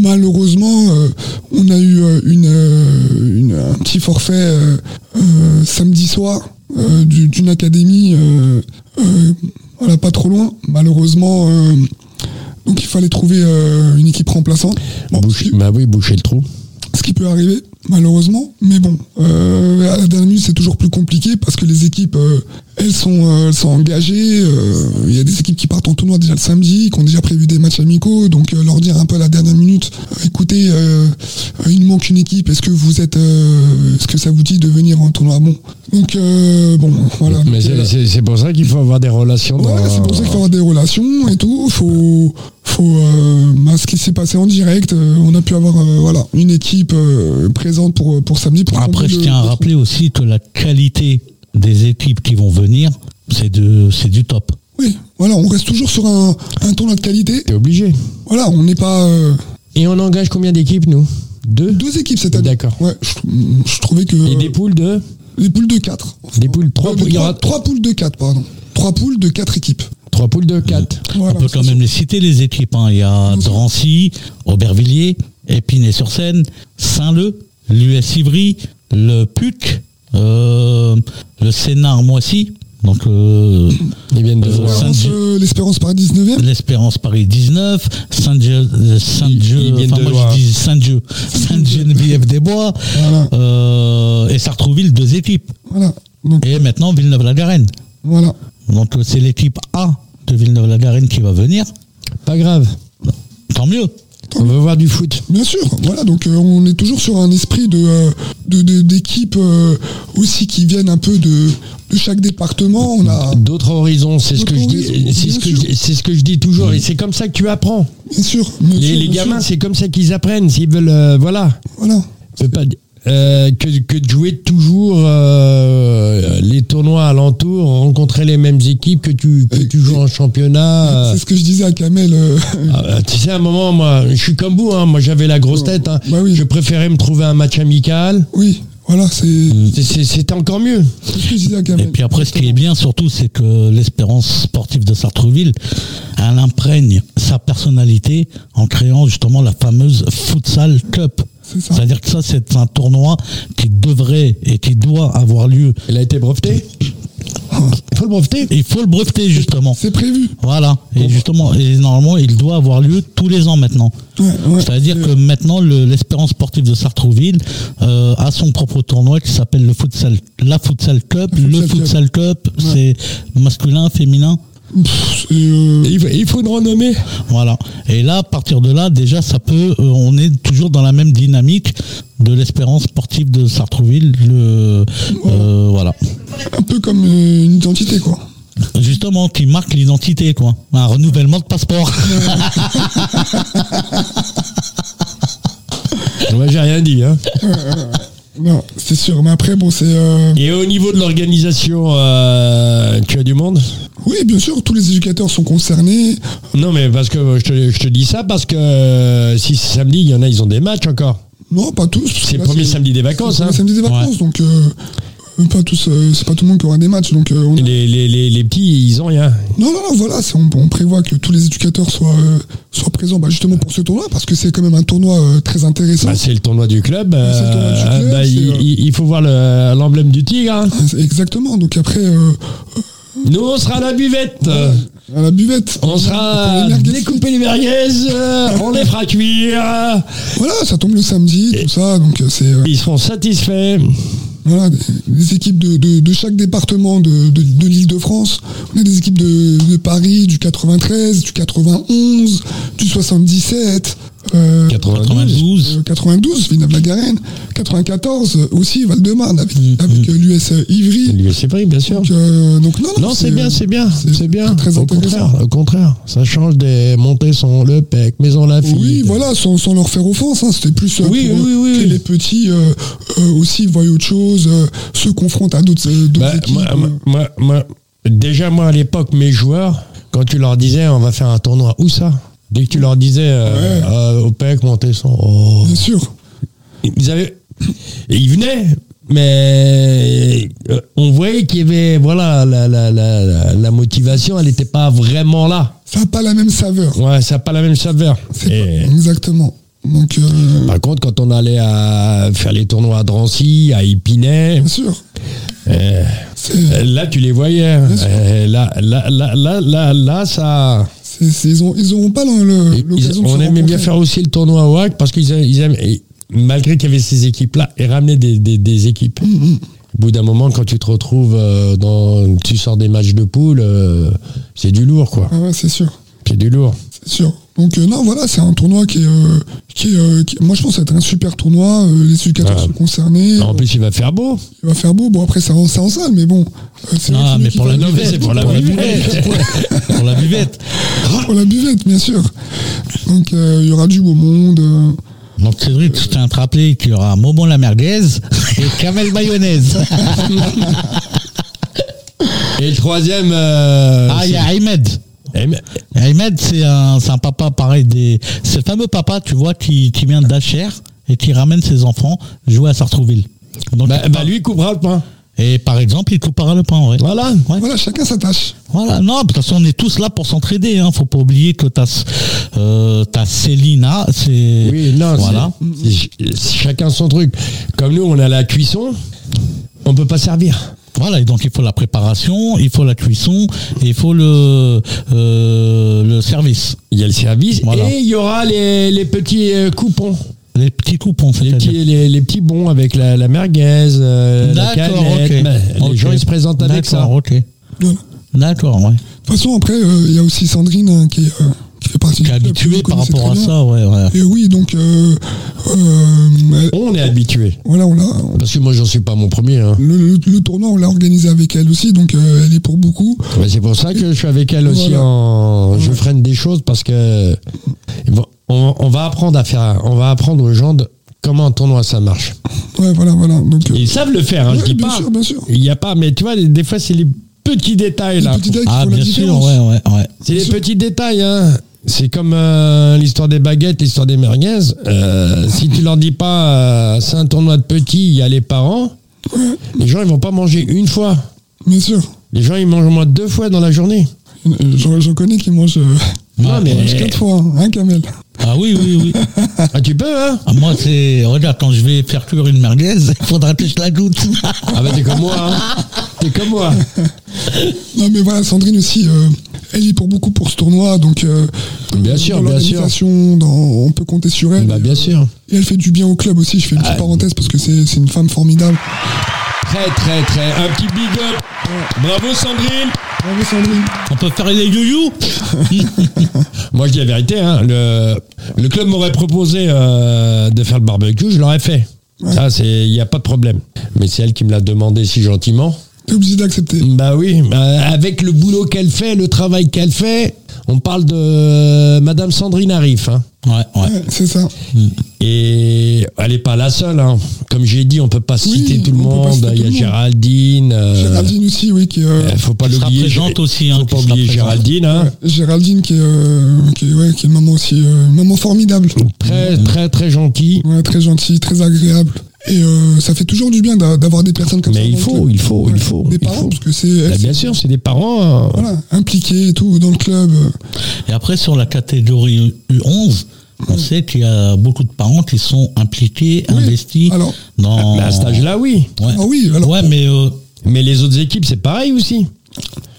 Speaker 4: malheureusement, euh, on a eu euh, une, euh, une- un petit forfait euh, euh, samedi soir euh, du- d'une académie, euh, euh, voilà, pas trop loin. Malheureusement, euh, donc il fallait trouver euh, une équipe remplaçante. Bon,
Speaker 2: Boucher- bah oui, boucher le trou.
Speaker 4: ce qui peut arriver, malheureusement. Mais bon, euh, à la dernière minute, c'est toujours plus compliqué parce que les équipes, euh, elles, sont, euh, elles sont engagées. euh, Il y a des équipes qui partent en tournoi déjà le samedi, qui ont déjà prévu des matchs amicaux. Donc euh, leur dire un peu à la dernière minute, euh, écoutez, euh, euh, il manque une équipe, est-ce que vous êtes... euh, est-ce que ça vous dit de venir en tournoi Bon. Donc, euh, bon, voilà.
Speaker 2: Mais c'est- c'est c'est pour ça qu'il faut avoir des relations.
Speaker 4: Ouais,
Speaker 3: Bah,
Speaker 2: dans-
Speaker 4: c'est pour ça qu'il faut avoir des relations et tout. Faut, faut euh, bah, ce qui s'est passé en direct. euh, on a pu avoir euh, voilà une équipe euh, présente pour pour samedi. Pour
Speaker 3: Après,
Speaker 4: combler
Speaker 3: je
Speaker 4: le-
Speaker 3: tiens à
Speaker 4: le trou.
Speaker 3: rappeler aussi que la qualité des équipes qui vont venir, c'est de, c'est du top.
Speaker 4: Oui, voilà, on reste toujours sur un un tournoi de qualité.
Speaker 2: T'es obligé.
Speaker 4: Voilà, on n'est pas euh,
Speaker 2: Et on engage combien d'équipes, nous Deux
Speaker 4: deux équipes cette année.
Speaker 2: D'accord.
Speaker 4: Ouais, je, je trouvais que
Speaker 2: Et des poules de
Speaker 4: les poules de 4
Speaker 2: Des poules de trois poules. Il y aura
Speaker 4: trois poules de 4 pardon. Trois poules de quatre équipes.
Speaker 2: trois poules de quatre.
Speaker 4: Voilà.
Speaker 3: On peut quand même les citer, les équipes. hein. Il y a Drancy, Aubervilliers, Épinay-sur-Seine, Saint-Leu, l'US Ivry, le PUC, euh, le Sénart Moissy, donc euh,
Speaker 2: Ils viennent de
Speaker 3: Euh,
Speaker 2: voir.
Speaker 3: cinq-
Speaker 4: L'Espérance, euh, L'Espérance par 19 e
Speaker 3: l'Espérance Paris 19, Saint-Dieu, euh,
Speaker 2: Ils- ils
Speaker 3: Saint-Dieu,
Speaker 2: viennent
Speaker 3: enfin,
Speaker 2: de
Speaker 3: moi
Speaker 2: loin.
Speaker 3: je dis Saint-Dieu, Sainte-Geneviève des Bois,
Speaker 4: Voilà.
Speaker 3: euh, et Sartrouville, deux équipes.
Speaker 4: Voilà. Donc
Speaker 3: Et maintenant Villeneuve-la-Garenne.
Speaker 4: voilà.
Speaker 3: Donc euh, c'est l'équipe A de Villeneuve-la-Garenne qui va venir.
Speaker 2: Pas grave.
Speaker 3: Tant mieux.
Speaker 2: On veut voir du foot.
Speaker 4: Bien sûr, voilà, donc euh, on est toujours sur un esprit de euh, de- de- d'équipes euh, aussi qui viennent un peu de, de chaque département. On a
Speaker 2: D'autres horizons, c'est ce que
Speaker 4: D'autres
Speaker 2: je dis.
Speaker 4: horizons,
Speaker 2: C'est ce
Speaker 4: bien
Speaker 2: que je- c'est ce que je dis toujours. Et c'est comme ça que tu apprends.
Speaker 4: bien sûr, bien
Speaker 2: Les,
Speaker 4: sûr,
Speaker 2: les
Speaker 4: bien
Speaker 2: gamins,
Speaker 4: sûr,
Speaker 2: c'est comme ça qu'ils apprennent. S'ils veulent, euh, voilà.
Speaker 4: voilà,
Speaker 2: Peut pas di- euh, que, que de jouer toujours euh, les tournois alentours, rencontrer les mêmes équipes que tu, que tu joues en championnat. euh,
Speaker 4: c'est ce que je disais à Kamel. euh,
Speaker 2: Ah, euh, tu sais, à un moment, moi, je suis comme vous, hein, moi j'avais la grosse tête. hein.
Speaker 4: Bah oui.
Speaker 2: Je préférais me trouver un match amical.
Speaker 4: oui, voilà, c'est
Speaker 2: C'est- c'est- C'était encore mieux.
Speaker 4: c'est ce que je disais à
Speaker 3: Et
Speaker 4: Kamel.
Speaker 3: puis après, ce qui est bien surtout, c'est que l'espérance sportive de Sartreville, elle imprègne sa personnalité en créant justement la fameuse Futsal Cup.
Speaker 4: C'est ça.
Speaker 3: C'est-à-dire que ça, c'est un tournoi qui devrait et qui doit avoir lieu.
Speaker 2: Il a été breveté. Il faut le breveter.
Speaker 3: Il faut le breveter justement.
Speaker 4: C'est prévu.
Speaker 3: Voilà. Et justement, et normalement, il doit avoir lieu tous les ans maintenant.
Speaker 4: Ouais, ouais. Euh,
Speaker 3: C'est-à-dire que maintenant, le- l'espérance sportive de Sartrouville euh, a son propre tournoi qui s'appelle le futsal, la futsal cup,
Speaker 4: Le
Speaker 3: le
Speaker 4: Futsal
Speaker 3: futsal cup, c'est masculin, féminin,
Speaker 4: Pff, c'est, euh,
Speaker 2: Et Il faut, il faut le renommer.
Speaker 3: voilà. Et là, à partir de là, déjà, ça peut, euh, on est toujours dans la même dynamique de l'espérance sportive de Sartrouville, le, euh, voilà.
Speaker 4: un peu comme euh, une identité, quoi.
Speaker 3: Justement, qui marque l'identité, quoi. Un renouvellement de passeport.
Speaker 2: Moi, j'ai rien dit. Hein.
Speaker 4: Non, c'est sûr. Mais après, bon, c'est. euh,
Speaker 2: Et au niveau de l'organisation, euh, tu as du monde
Speaker 4: Oui, bien sûr, tous les éducateurs sont concernés.
Speaker 2: Non, mais parce que euh, je te, je te dis ça parce que euh, si c'est samedi, il y en a, ils ont des matchs encore.
Speaker 4: Non, pas tous. parce que
Speaker 2: C'est le
Speaker 4: là,
Speaker 2: premier samedi des vacances.
Speaker 4: c'est le
Speaker 2: hein.
Speaker 4: samedi des vacances, donc. euh, même pas tous, euh, c'est pas tout le monde qui aura des matchs. Donc, euh, on a-
Speaker 2: Et Les, les, les, les petits, ils ont rien.
Speaker 4: Non, non, non, voilà, c'est- on, on prévoit que tous les éducateurs soient, euh, soient présents bah, justement pour ce tournoi, parce que c'est quand même un tournoi euh, très intéressant.
Speaker 2: Bah, c'est le tournoi du club.
Speaker 4: c'est le tournoi du
Speaker 2: euh,
Speaker 4: club,
Speaker 2: bah,
Speaker 4: c'est,
Speaker 2: il,
Speaker 4: euh, Ah.
Speaker 2: il- il faut voir le- l'emblème du tigre. hein.
Speaker 4: Exactement, donc après, euh,
Speaker 2: Nous, on sera à la buvette.
Speaker 4: à la buvette.
Speaker 2: On sera
Speaker 4: Pour les
Speaker 2: à
Speaker 4: merguez.
Speaker 2: découper les merguez. euh, on les fera cuire. euh,
Speaker 4: Voilà, ça tombe le samedi, tout ça, donc euh, c'est. euh,
Speaker 2: Ils seront satisfaits.
Speaker 4: Voilà, des- des équipes de, de- de chaque département de, de- de l'île de France. On a des équipes de, de Paris, du 93, du 91, du 77, euh,
Speaker 3: 92.
Speaker 4: euh, 92, Villeneuve-la-Garenne, 94 euh, aussi, Val-de-Marne, avec,
Speaker 3: Mm,
Speaker 4: avec, euh, l'US Ivry.
Speaker 2: Lui, c'est pris, bien sûr.
Speaker 4: Donc, euh, donc non, non,
Speaker 2: Mm. Non, c'est bien, c'est bien,
Speaker 4: c'est
Speaker 2: c'est bien.
Speaker 4: très
Speaker 2: au
Speaker 4: intéressant.
Speaker 2: contraire, au contraire, ça change des montées sont le pec, maison la fille.
Speaker 4: Oui, voilà, sans, sans leur faire offense, hein, c'était plus euh,
Speaker 2: Oui,
Speaker 4: pour, euh,
Speaker 2: oui, oui,
Speaker 4: que
Speaker 2: oui.
Speaker 4: les petits euh, euh, aussi voient autre chose, euh, se confrontent à d'autres euh, d'autres
Speaker 2: Bah,
Speaker 4: équipes.
Speaker 2: moi, moi- moi- moi- déjà moi à l'époque mes joueurs, quand tu leur disais on va faire un tournoi, où ça Dès que tu leur disais euh,
Speaker 4: Ouais.
Speaker 2: euh, au pec, montée sont, oh.
Speaker 4: Bien sûr.
Speaker 2: ils avaient, et ils venaient. Mais euh, on voyait qu'il y avait voilà la, la, la, la- la motivation, elle n'était pas vraiment là.
Speaker 4: Ça n'a pas la même saveur.
Speaker 2: Ouais, ça n'a pas la même saveur.
Speaker 4: C'est
Speaker 2: Et-
Speaker 4: pas- Exactement. Donc, euh,
Speaker 2: Par contre, quand on allait à faire les tournois à Drancy, à Épinay,
Speaker 4: bien sûr.
Speaker 2: euh,
Speaker 4: C'est-
Speaker 2: là tu les voyais.
Speaker 4: sûr.
Speaker 2: Euh, là, là, là, là, là, là, ça.
Speaker 4: c'est- c'est- ils n'auront pas le- le-
Speaker 2: Ils-
Speaker 4: l'occasion de se
Speaker 2: on aimait bien
Speaker 4: rencontrer.
Speaker 2: faire aussi le tournoi à WAC parce qu'ils a- ils aiment, et malgré qu'il y avait ces équipes-là, ils ramenaient des, des- des équipes.
Speaker 4: Mm,
Speaker 2: Au bout d'un moment, quand tu te retrouves euh, dans, tu sors des matchs de poule, euh, c'est du lourd, quoi.
Speaker 4: Ah ouais, c'est sûr.
Speaker 2: C'est du lourd.
Speaker 4: C'est sûr. Donc, euh, non, voilà, c'est un tournoi qui est. euh, qui est, euh, qui- moi, je pense que ça va être un super tournoi. euh, les éducateurs
Speaker 2: Ah.
Speaker 4: sont concernés.
Speaker 2: En plus, il va faire beau.
Speaker 4: Il va faire beau. Bon, après, c'est en, c'est en salle, mais bon. euh, c'est
Speaker 3: Ah,
Speaker 4: vrai que
Speaker 3: mais
Speaker 4: qui
Speaker 3: pour
Speaker 4: va
Speaker 3: la
Speaker 4: arriver,
Speaker 3: buvette,
Speaker 2: c'est pour la buvette.
Speaker 3: Pour la buvette.
Speaker 4: Pour la buvette, bien sûr. Donc, euh, il y aura du beau monde. euh,
Speaker 3: Donc Cédric, je tiens à te rappeler qu'il y aura Momon la merguez et Camel mayonnaise.
Speaker 2: Et le troisième. euh,
Speaker 3: Ah, il y a Ahmed.
Speaker 2: c'est- Eh, mais-
Speaker 3: Ahmed, c'est un, c'est un papa pareil. Des... C'est le fameux papa, tu vois, qui, qui vient d'Acher et qui ramène ses enfants jouer à Sartrouville. Donc,
Speaker 2: bah, bah, lui, il coupera le pain.
Speaker 3: Et par exemple, il coupera le pain, ouais.
Speaker 2: Voilà.
Speaker 3: Ouais.
Speaker 4: Voilà, chacun sa tâche.
Speaker 3: Voilà, non, de toute façon, on est tous là pour s'entraider. Hein. Faut pas oublier que t'as euh, t'as Célina, c'est
Speaker 2: Oui, non, c'est-
Speaker 3: voilà.
Speaker 2: c'est ch- c'est chacun son truc. Comme nous, on a la cuisson, on peut pas servir.
Speaker 3: Voilà, et donc il faut la préparation, il faut la cuisson, et il faut le euh, le service,
Speaker 2: Il y a le service
Speaker 3: Voilà.
Speaker 2: et il y aura les, les petits euh, coupons,
Speaker 3: les petits coupons,
Speaker 2: les
Speaker 3: c'est-à-dire.
Speaker 2: petits, les, les petits bons avec la, la merguez, euh, la
Speaker 3: D'accord,
Speaker 2: canette.
Speaker 3: ok.
Speaker 2: Mais Les
Speaker 3: Ok.
Speaker 2: gens, ils se présentent avec ça.
Speaker 3: D'accord, ok.
Speaker 4: Voilà.
Speaker 3: D'accord, ouais.
Speaker 4: De toute façon, après, euh, il y a aussi Sandrine hein, qui, est, euh, qui fait partie
Speaker 3: T'es
Speaker 4: club, que
Speaker 3: habitué
Speaker 4: vous
Speaker 3: par
Speaker 4: connaissez
Speaker 3: rapport à
Speaker 4: très bien.
Speaker 3: ça, ouais, ouais.
Speaker 4: Et oui, donc, euh, euh, elle-
Speaker 2: On est habitué.
Speaker 4: voilà, on l'a.
Speaker 2: Parce que moi, j'en suis pas mon premier. hein.
Speaker 4: Le, le- le tournoi, on l'a organisé avec elle aussi, donc euh, elle est pour beaucoup.
Speaker 2: Ouais, c'est pour ça que je suis avec elle aussi
Speaker 4: Voilà.
Speaker 2: en. Je freine des choses parce que. bon, on, on va apprendre à faire. On va apprendre aux gens de comment un tournoi ça marche.
Speaker 4: Ouais, voilà, voilà. Donc, euh,
Speaker 2: Ils savent le faire, hein, je
Speaker 4: ouais,
Speaker 2: dis
Speaker 4: bien
Speaker 2: pas.
Speaker 4: sûr, bien sûr.
Speaker 2: Il n'y a pas, mais tu vois, des, des fois, c'est les petits détails,
Speaker 4: Les
Speaker 2: là.
Speaker 4: petits détails qui
Speaker 3: Ah,
Speaker 4: font la
Speaker 3: bien sûr,
Speaker 4: différence.
Speaker 3: ouais, ouais, ouais.
Speaker 2: C'est les petits détails, hein. C'est comme euh, l'histoire des baguettes, l'histoire des merguez. Euh, si tu leur dis pas, euh, c'est un tournoi de petits, il y a les parents, les gens, ils vont pas manger une fois.
Speaker 4: Bien sûr.
Speaker 2: Les gens, ils mangent au moins deux fois dans la journée.
Speaker 4: Euh, J'en j'en connais qui mangent euh,
Speaker 2: Non, mais-
Speaker 4: mangent quatre fois, hein, hein, Kamel
Speaker 3: Ah oui, oui, oui.
Speaker 2: Ah, tu peux, hein
Speaker 3: Ah, moi, c'est. Regarde, quand je vais faire cuire une merguez, il faudra que je la goûte.
Speaker 2: Ah bah t'es comme moi, hein. T'es comme moi.
Speaker 4: Non, mais voilà, Sandrine aussi, euh, elle est pour beaucoup pour ce tournoi, donc. euh,
Speaker 2: Bien sûr,
Speaker 4: dans
Speaker 2: bien sûr.
Speaker 4: l'organisation, dans- on peut compter sur elle.
Speaker 2: Bah bien sûr.
Speaker 4: Et elle fait du bien au club aussi, je fais une petite parenthèse parce que c'est c'est une femme formidable.
Speaker 2: Très, très, très. Un petit big up. Bravo Sandrine
Speaker 4: Bravo Sandrine.
Speaker 3: On peut faire les youyou
Speaker 2: Moi, je dis la vérité. hein, le, le club m'aurait proposé euh, de faire le barbecue, je l'aurais fait. Ça, c'est, il n'y a pas de problème. Mais c'est elle qui me l'a demandé si gentiment.
Speaker 4: T'es obligé d'accepter.
Speaker 2: Bah oui, bah, avec le boulot qu'elle fait, le travail qu'elle fait, on parle de euh, Madame Sandrine Arif. hein.
Speaker 3: Ouais, ouais.
Speaker 4: Ouais, c'est ça.
Speaker 2: Et elle n'est pas la seule. hein. Comme j'ai dit, on peut pas
Speaker 4: Oui,
Speaker 2: citer tout le
Speaker 4: on peut pas
Speaker 2: monde.
Speaker 4: citer
Speaker 2: Il y
Speaker 4: tout
Speaker 2: a
Speaker 4: le monde.
Speaker 2: Géraldine. euh,
Speaker 4: Géraldine aussi, oui, qui est, euh,
Speaker 2: euh, faut pas
Speaker 3: Qui sera
Speaker 2: l'oublier.
Speaker 3: présente
Speaker 2: Gé-
Speaker 3: aussi, hein,
Speaker 2: faut
Speaker 3: qui
Speaker 2: pas
Speaker 3: sera
Speaker 2: oublier
Speaker 3: présente.
Speaker 2: Géraldine. hein.
Speaker 4: Géraldine qui est, euh, qui est- ouais, qui est une maman aussi, euh, une maman formidable.
Speaker 2: Très, très, très gentille.
Speaker 4: Ouais, très gentille, très agréable. Et euh, ça fait toujours du bien d'a- d'avoir des personnes comme ça.
Speaker 2: Mais il
Speaker 4: dans le
Speaker 2: faut,
Speaker 4: club.
Speaker 2: il faut, il faut,
Speaker 4: Des
Speaker 2: il
Speaker 4: parents,
Speaker 2: faut.
Speaker 4: parce que c'est
Speaker 2: Bah,
Speaker 4: elles
Speaker 2: bien sûr, c'est des parents. hein.
Speaker 4: voilà, impliquées et tout dans le club.
Speaker 3: Et après, sur la catégorie U11, on sait qu'il y a beaucoup de parents qui sont impliqués, investis
Speaker 4: Alors,
Speaker 3: dans.
Speaker 2: Bah, à cet âge-là, oui.
Speaker 3: Ouais.
Speaker 4: Ah oui, alors-
Speaker 3: ouais, mais euh,
Speaker 2: Mais les autres équipes, c'est pareil aussi.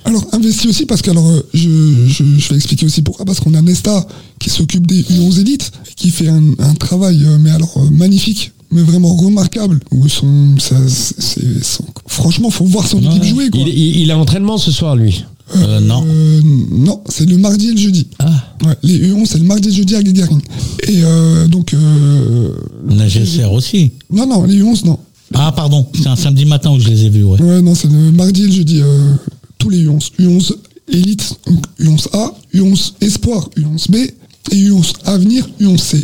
Speaker 4: alors investi aussi parce que alors euh, je, je, je vais expliquer aussi pourquoi parce qu'on a Nesta qui s'occupe des U11 élites et qui fait un, un travail euh, mais alors euh, magnifique mais vraiment remarquable où son ça c'est son- franchement faut voir son
Speaker 3: Ouais.
Speaker 4: équipe jouer quoi.
Speaker 2: Il, il- il a entraînement ce soir, lui.
Speaker 3: euh, non.
Speaker 4: Euh, non, c'est le mardi et le jeudi.
Speaker 2: Ah.
Speaker 4: Ouais, les U11 c'est le mardi et le jeudi à Gagarine. Et euh, donc euh,
Speaker 3: La GCR aussi.
Speaker 4: non non les U11 non.
Speaker 3: Ah, pardon, c'est un samedi matin où je les ai vus, ouais.
Speaker 4: Ouais, non, c'est le mardi et le jeudi. euh, tous les U11. U11 élite, donc U11A, U11 espoir, U11B et U11 avenir, U11C.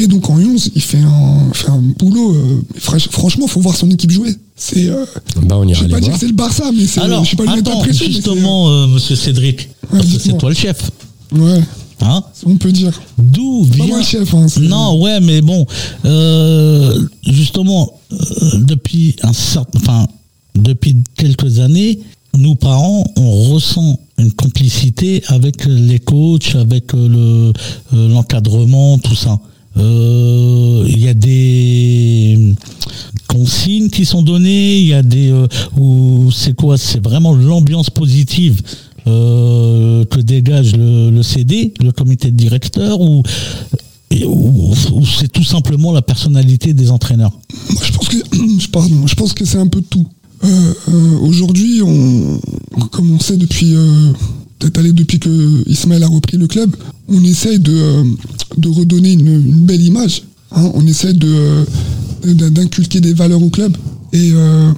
Speaker 4: Et donc en U11, il fait un, fait un boulot. euh, mais fra- franchement, faut voir son équipe jouer. C'est, euh,
Speaker 2: Bah, on
Speaker 4: je
Speaker 2: ira
Speaker 4: vais
Speaker 2: les
Speaker 4: pas dire
Speaker 2: voir.
Speaker 4: que c'est le Barça, mais c'est, euh,
Speaker 3: Alors,
Speaker 4: Ah je vais pas lui mettre la
Speaker 3: attends,
Speaker 4: pression, mais c'est,
Speaker 3: justement, euh, monsieur Cédric, parce que c'est
Speaker 4: dites-moi.
Speaker 3: toi le chef.
Speaker 4: euh, ouais,
Speaker 3: Hein
Speaker 4: on peut dire.
Speaker 3: D'où
Speaker 4: Pas
Speaker 3: vient.
Speaker 4: moi le chef. Hein, c'est-
Speaker 3: Non, ouais, mais bon, euh, justement, euh, depuis un certain, enfin, depuis quelques années, nous parents, on ressent une complicité avec les coachs, avec euh, le euh, l'encadrement, tout ça. Euh, Il y a des consignes qui sont données, il y a des euh, où c'est quoi C'est vraiment l'ambiance positive euh, que dégage le, le CD, le comité de directeur, ou et ou- ou c'est tout simplement la personnalité des entraîneurs.
Speaker 4: Moi, je pense que je pardon, je pense que c'est un peu tout. Euh, euh, Aujourd'hui, on, comme on sait depuis euh, peut-être allez, depuis que Ismaël a repris le club, on essaye de, euh, de redonner une, une belle image. hein. on essaye de euh, d'in- d'inculquer des valeurs au club. Et euh,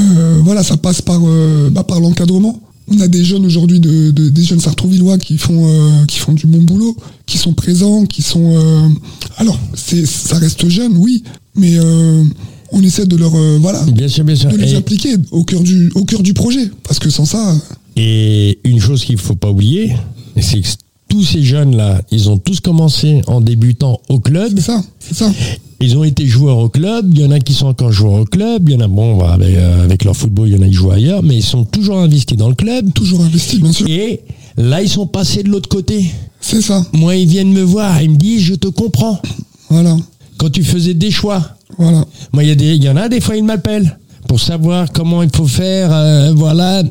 Speaker 4: euh, voilà, ça passe par, euh, bah, par l'encadrement. On a des jeunes aujourd'hui, de, de- des jeunes Sartrouvillois qui font, euh, qui font du bon boulot, qui sont présents, qui sont. euh, alors, c'est, ça reste jeune, oui, mais euh, on essaie de leur, euh, voilà, de
Speaker 2: Bien sûr, bien sûr.
Speaker 4: les
Speaker 2: Et-
Speaker 4: impliquer au cœur du, au cœur du projet, parce que sans ça,
Speaker 2: Et une chose qu'il faut pas oublier, c'est que tous ces jeunes-là, ils ont tous commencé en débutant au club.
Speaker 4: c'est ça, c'est ça.
Speaker 2: Ils ont été joueurs au club. Il y en a qui sont encore joueurs au club. Il y en a, bon, bah, avec, euh, avec leur football, il y en a qui jouent ailleurs, mais ils sont toujours investis dans le club.
Speaker 4: Toujours investi, bien sûr.
Speaker 2: Et là, ils sont passés de l'autre côté.
Speaker 4: C'est ça,
Speaker 2: Moi, ils viennent me voir. Ils me disent, je te comprends.
Speaker 4: voilà,
Speaker 2: Quand tu faisais des choix,
Speaker 4: voilà.
Speaker 2: moi, il y, a des- il y en a des fois, ils m'appellent pour savoir comment il faut faire. euh, voilà.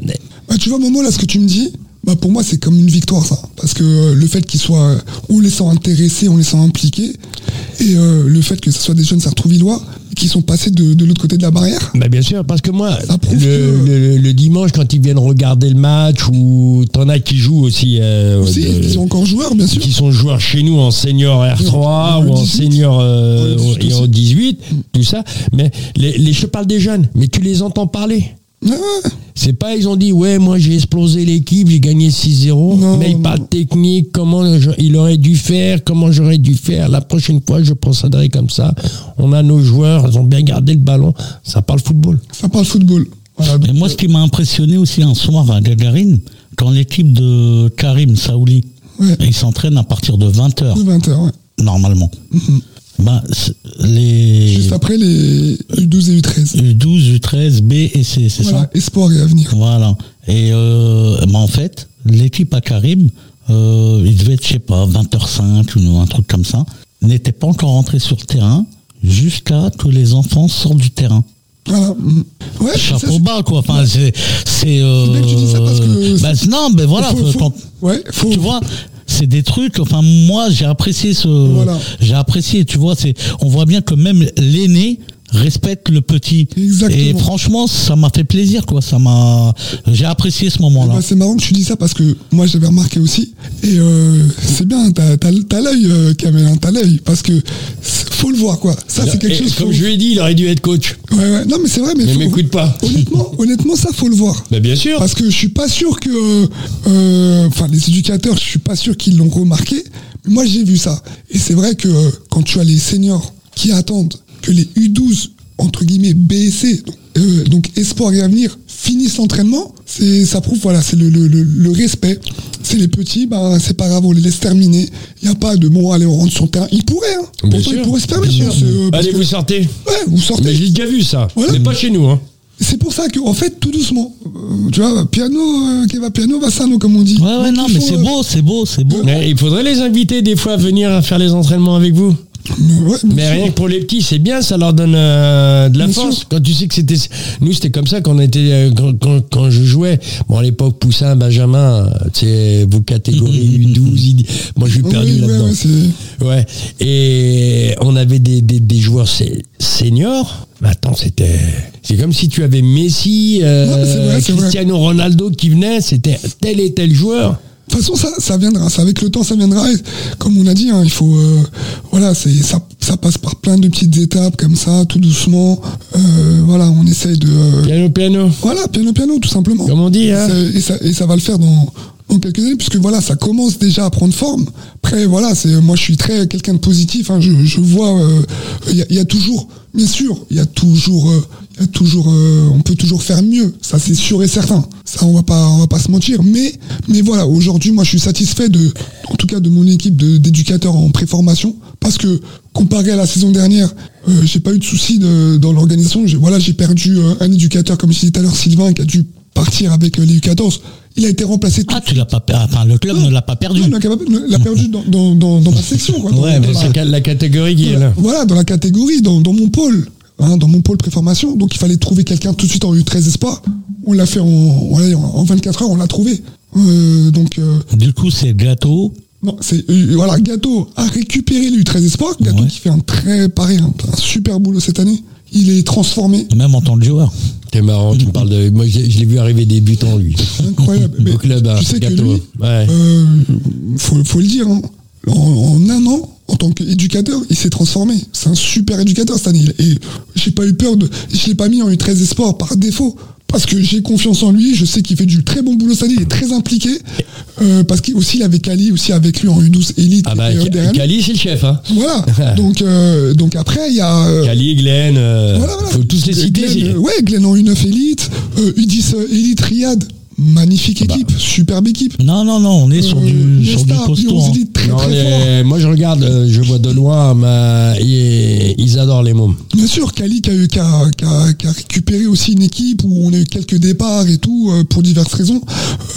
Speaker 4: Bah, tu vois, Momo, là, ce que tu me dis, bah, pour moi, c'est comme une victoire, ça. Parce que euh, le fait qu'ils soient. euh, on les sent intéressés, on les sent impliqués. Et euh, le fait que ce soit des jeunes Sartrouvillois qui sont passés de, de l'autre côté de la barrière.
Speaker 2: Bah bien sûr, parce que moi,
Speaker 4: Ça prouve
Speaker 2: le,
Speaker 4: que-
Speaker 2: le- le dimanche, quand ils viennent regarder le match, ou t'en as qui jouent aussi, euh,
Speaker 4: Aussi,
Speaker 2: de-
Speaker 4: ils sont encore joueurs, bien sûr.
Speaker 2: qui sont joueurs chez nous en senior R3
Speaker 4: Oui, oui,
Speaker 2: ou en
Speaker 4: 18.
Speaker 2: senior euh,
Speaker 4: Oui, 18
Speaker 2: et en
Speaker 4: aussi.
Speaker 2: 18, tout ça. Mais les, les, je parle des jeunes, mais tu les entends parler.
Speaker 4: Ouais, ouais.
Speaker 2: C'est pas, ils ont dit, ouais, moi j'ai explosé l'équipe, j'ai gagné 6-0,
Speaker 4: Non,
Speaker 2: mais ils
Speaker 4: non.
Speaker 2: parlent technique, comment je- il aurait dû faire, comment j'aurais dû faire, la prochaine fois je procéderai comme ça. On a nos joueurs, ils ont bien gardé le ballon, ça parle football.
Speaker 4: Ça parle football. Voilà,
Speaker 3: Et
Speaker 4: donc,
Speaker 3: moi, ce qui m'a impressionné aussi un soir à Gagarine, quand l'équipe de Karim Saouli,
Speaker 4: Ouais.
Speaker 3: ils s'entraînent à partir de 20h,
Speaker 4: de 20h, ouais.
Speaker 3: normalement. Bah, c'est- les
Speaker 4: Juste après les U12 et U13.
Speaker 3: U12, U13, B et C, c'est
Speaker 4: Voilà,
Speaker 3: ça
Speaker 4: espoir et avenir.
Speaker 3: Voilà. Et euh, bah, en fait, l'équipe à Karim, euh, il devait être, je sais pas, 20h05 ou un truc comme ça, n'était pas encore rentré sur le terrain jusqu'à que les enfants sortent du terrain.
Speaker 4: Voilà. mhm. Ouais, ça,
Speaker 3: chapeau
Speaker 4: c'est-
Speaker 3: bas quoi enfin c'est c'est
Speaker 4: C'est bien que tu dis ça parce que
Speaker 3: euh, bah, non mais voilà
Speaker 4: faut- faut-
Speaker 3: quand-
Speaker 4: ouais, faut-
Speaker 3: tu vois c'est des trucs enfin moi j'ai apprécié ce
Speaker 4: Voilà.
Speaker 3: j'ai apprécié tu vois c'est on voit bien que même l'aîné respecte le petit
Speaker 4: Exactement.
Speaker 3: et franchement ça m'a fait plaisir quoi ça m'a j'ai apprécié ce moment
Speaker 4: Eh
Speaker 3: là
Speaker 4: ben, c'est marrant que tu dis ça parce que moi j'avais remarqué aussi et euh, c'est bien t'as t'as- t'as l'œil euh, Kamel hein, t'as l'œil parce que c'est- faut le voir, quoi. Ça, c'est quelque
Speaker 2: Et
Speaker 4: chose.
Speaker 2: comme
Speaker 4: faut-
Speaker 2: je lui ai dit, il aurait dû être coach.
Speaker 4: Ouais, ouais. Non, mais c'est vrai, mais.
Speaker 2: Mais
Speaker 4: faut-
Speaker 2: m'écoute pas.
Speaker 4: Honnêtement, honnêtement, ça, faut le voir.
Speaker 2: Bah, bien sûr.
Speaker 4: Parce que je suis pas sûr que, euh, enfin, les éducateurs, je suis pas sûr qu'ils l'ont remarqué. Mais moi, j'ai vu ça. Et c'est vrai que euh, quand tu as les seniors qui attendent que les U12 entre guillemets BSC, euh, donc espoir et avenir, finissent l'entraînement, c'est, ça prouve, voilà, c'est le, le- le- le respect. C'est les petits, bah, c'est pas grave, on les laisse terminer. Il n'y a pas de bon, allez, on rentre sur le terrain. Ils pourraient, hein.
Speaker 2: Bien
Speaker 4: Pourtant,
Speaker 2: sûr.
Speaker 4: ils pourraient se permettre. hein, c'est, euh, parce
Speaker 2: Allez,
Speaker 4: que-
Speaker 2: vous sortez.
Speaker 4: Ouais, vous sortez.
Speaker 2: Mais j'ai déjà vu ça.
Speaker 4: Voilà.
Speaker 2: Mais pas chez nous. Hein.
Speaker 4: C'est pour ça que, en fait, tout doucement, euh, tu vois, piano, euh, qui va piano, va sano, comme on dit.
Speaker 3: Ouais, ouais,
Speaker 4: Donc,
Speaker 3: non,
Speaker 4: il
Speaker 3: mais
Speaker 4: faut,
Speaker 3: c'est
Speaker 4: euh,
Speaker 3: beau, c'est beau, c'est beau.
Speaker 2: Mais il faudrait les inviter des fois à venir faire les entraînements avec vous.
Speaker 4: euh, ouais, bien
Speaker 2: Mais
Speaker 4: sûr.
Speaker 2: rien que pour les petits, c'est bien, ça leur donne euh, de la
Speaker 4: Bien
Speaker 2: force.
Speaker 4: sûr.
Speaker 2: Quand tu sais que c'était. Nous, c'était comme ça qu'on était. euh, quand, quand- quand je jouais. Bon, à l'époque, Poussin, Benjamin, euh, tu sais, vos catégories U12. ID. Moi, je suis
Speaker 4: Oui,
Speaker 2: perdu
Speaker 4: ouais,
Speaker 2: là-dedans.
Speaker 4: ouais, c'est-
Speaker 2: Ouais. Et on avait des, des, des joueurs sé- seniors. Mais Attends, c'était. C'est comme si tu avais Messi, euh,
Speaker 4: Non, mais c'est vrai, c'est vrai.
Speaker 2: Cristiano Ronaldo qui venait. C'était tel et tel joueur.
Speaker 4: De toute façon, ça, ça viendra. Ça, avec le temps, ça viendra. Et comme on a dit, hein, il faut, euh, voilà, c'est ça, ça passe par plein de petites étapes comme ça, tout doucement. Euh, voilà, on essaye de, euh,
Speaker 2: Piano, piano.
Speaker 4: voilà, piano, piano, tout simplement.
Speaker 2: Comme on dit,
Speaker 4: Et
Speaker 2: hein.
Speaker 4: ça- et, ça, et ça va le faire dans, dans quelques années, puisque voilà, ça commence déjà à prendre forme. Après, voilà, c'est euh, moi je suis très quelqu'un de positif. hein, je, je vois, euh, il y, a- il y a toujours, bien sûr, il y a toujours, euh, il y a toujours, euh, on peut toujours faire mieux. Ça c'est sûr et certain. Ça on va pas, on va pas se mentir. Mais, mais voilà, aujourd'hui, moi je suis satisfait de, en tout cas, de mon équipe de- d'éducateurs en préformation, parce que comparé à la saison dernière, euh, j'ai pas eu de soucis de- dans l'organisation. J'ai- Voilà, j'ai perdu euh, un éducateur, comme je disais tout à l'heure, Sylvain, qui a dû partir avec euh, les U14. Il a été remplacé tout
Speaker 3: Ah, tu l'as pas perdu. Enfin, le club ne l'a pas perdu.
Speaker 4: non, non, l'a perdu dans, dans, dans, dans ma section. Quoi, Dans-
Speaker 3: Ouais, mais
Speaker 4: dans ma-
Speaker 2: C'est la catégorie qui est là.
Speaker 4: voilà, dans la catégorie, dans, dans mon pôle, hein, dans mon pôle préformation. Donc il fallait trouver quelqu'un tout de suite en U13 Espoir. On l'a fait en, ouais, en, en 24 heures, on l'a trouvé. Euh, donc euh,
Speaker 3: Du coup, c'est gâteau.
Speaker 4: non, c'est euh, voilà, Gâteau a récupéré le U13 Espoir. Gâteau
Speaker 3: Ouais.
Speaker 4: qui fait un très pareil, un, un super boulot cette année. Il est transformé,
Speaker 3: Même en tant que joueur.
Speaker 2: T'es marrant, tu me parles de. Moi, je l'ai- je l'ai vu arriver débutant, lui.
Speaker 4: incroyable. Mais
Speaker 2: Au club, à
Speaker 4: tu sais que
Speaker 2: Gâteau.
Speaker 4: lui,
Speaker 2: Ouais.
Speaker 4: Euh, faut, faut le dire, hein. en, en un an, en tant qu'éducateur, il s'est transformé. C'est un super éducateur cette année. Et j'ai pas eu peur de. Je l'ai pas mis en U13 Espoir par défaut. Parce que j'ai confiance en lui, je sais qu'il fait du très bon boulot cette année, il est très impliqué. Euh, parce qu'il aussi il avait Cali aussi avec lui en U12 élite.
Speaker 2: Ah bah,
Speaker 4: et, euh, derrière lui.
Speaker 2: Cali, c'est le chef, hein.
Speaker 4: Voilà. donc, euh, donc après, il y a. euh,
Speaker 2: Cali, Glenn, euh,
Speaker 4: voilà, voilà.
Speaker 2: faut tous les citer.
Speaker 4: Glenn,
Speaker 2: c'est-
Speaker 4: euh, ouais, Glenn en U9 élite, euh, U10 élite Riyad.
Speaker 2: Ah
Speaker 4: Magnifique
Speaker 2: bah.
Speaker 4: équipe, superbe équipe.
Speaker 3: Non, non, non, on est sur
Speaker 4: Euh,
Speaker 3: du, sur du
Speaker 4: Nesta,
Speaker 3: costaud.
Speaker 4: Bion
Speaker 3: hein.
Speaker 4: Zili, très,
Speaker 2: Non,
Speaker 4: très
Speaker 2: les-
Speaker 4: fort.
Speaker 2: moi, je regarde, euh, je vois de loin, mais ils, ils adorent les mômes. Eh
Speaker 4: Bien sûr, Kali qui a, eu- qui a- qui a- qui a récupéré aussi une équipe où on a eu quelques départs et tout euh, pour diverses raisons.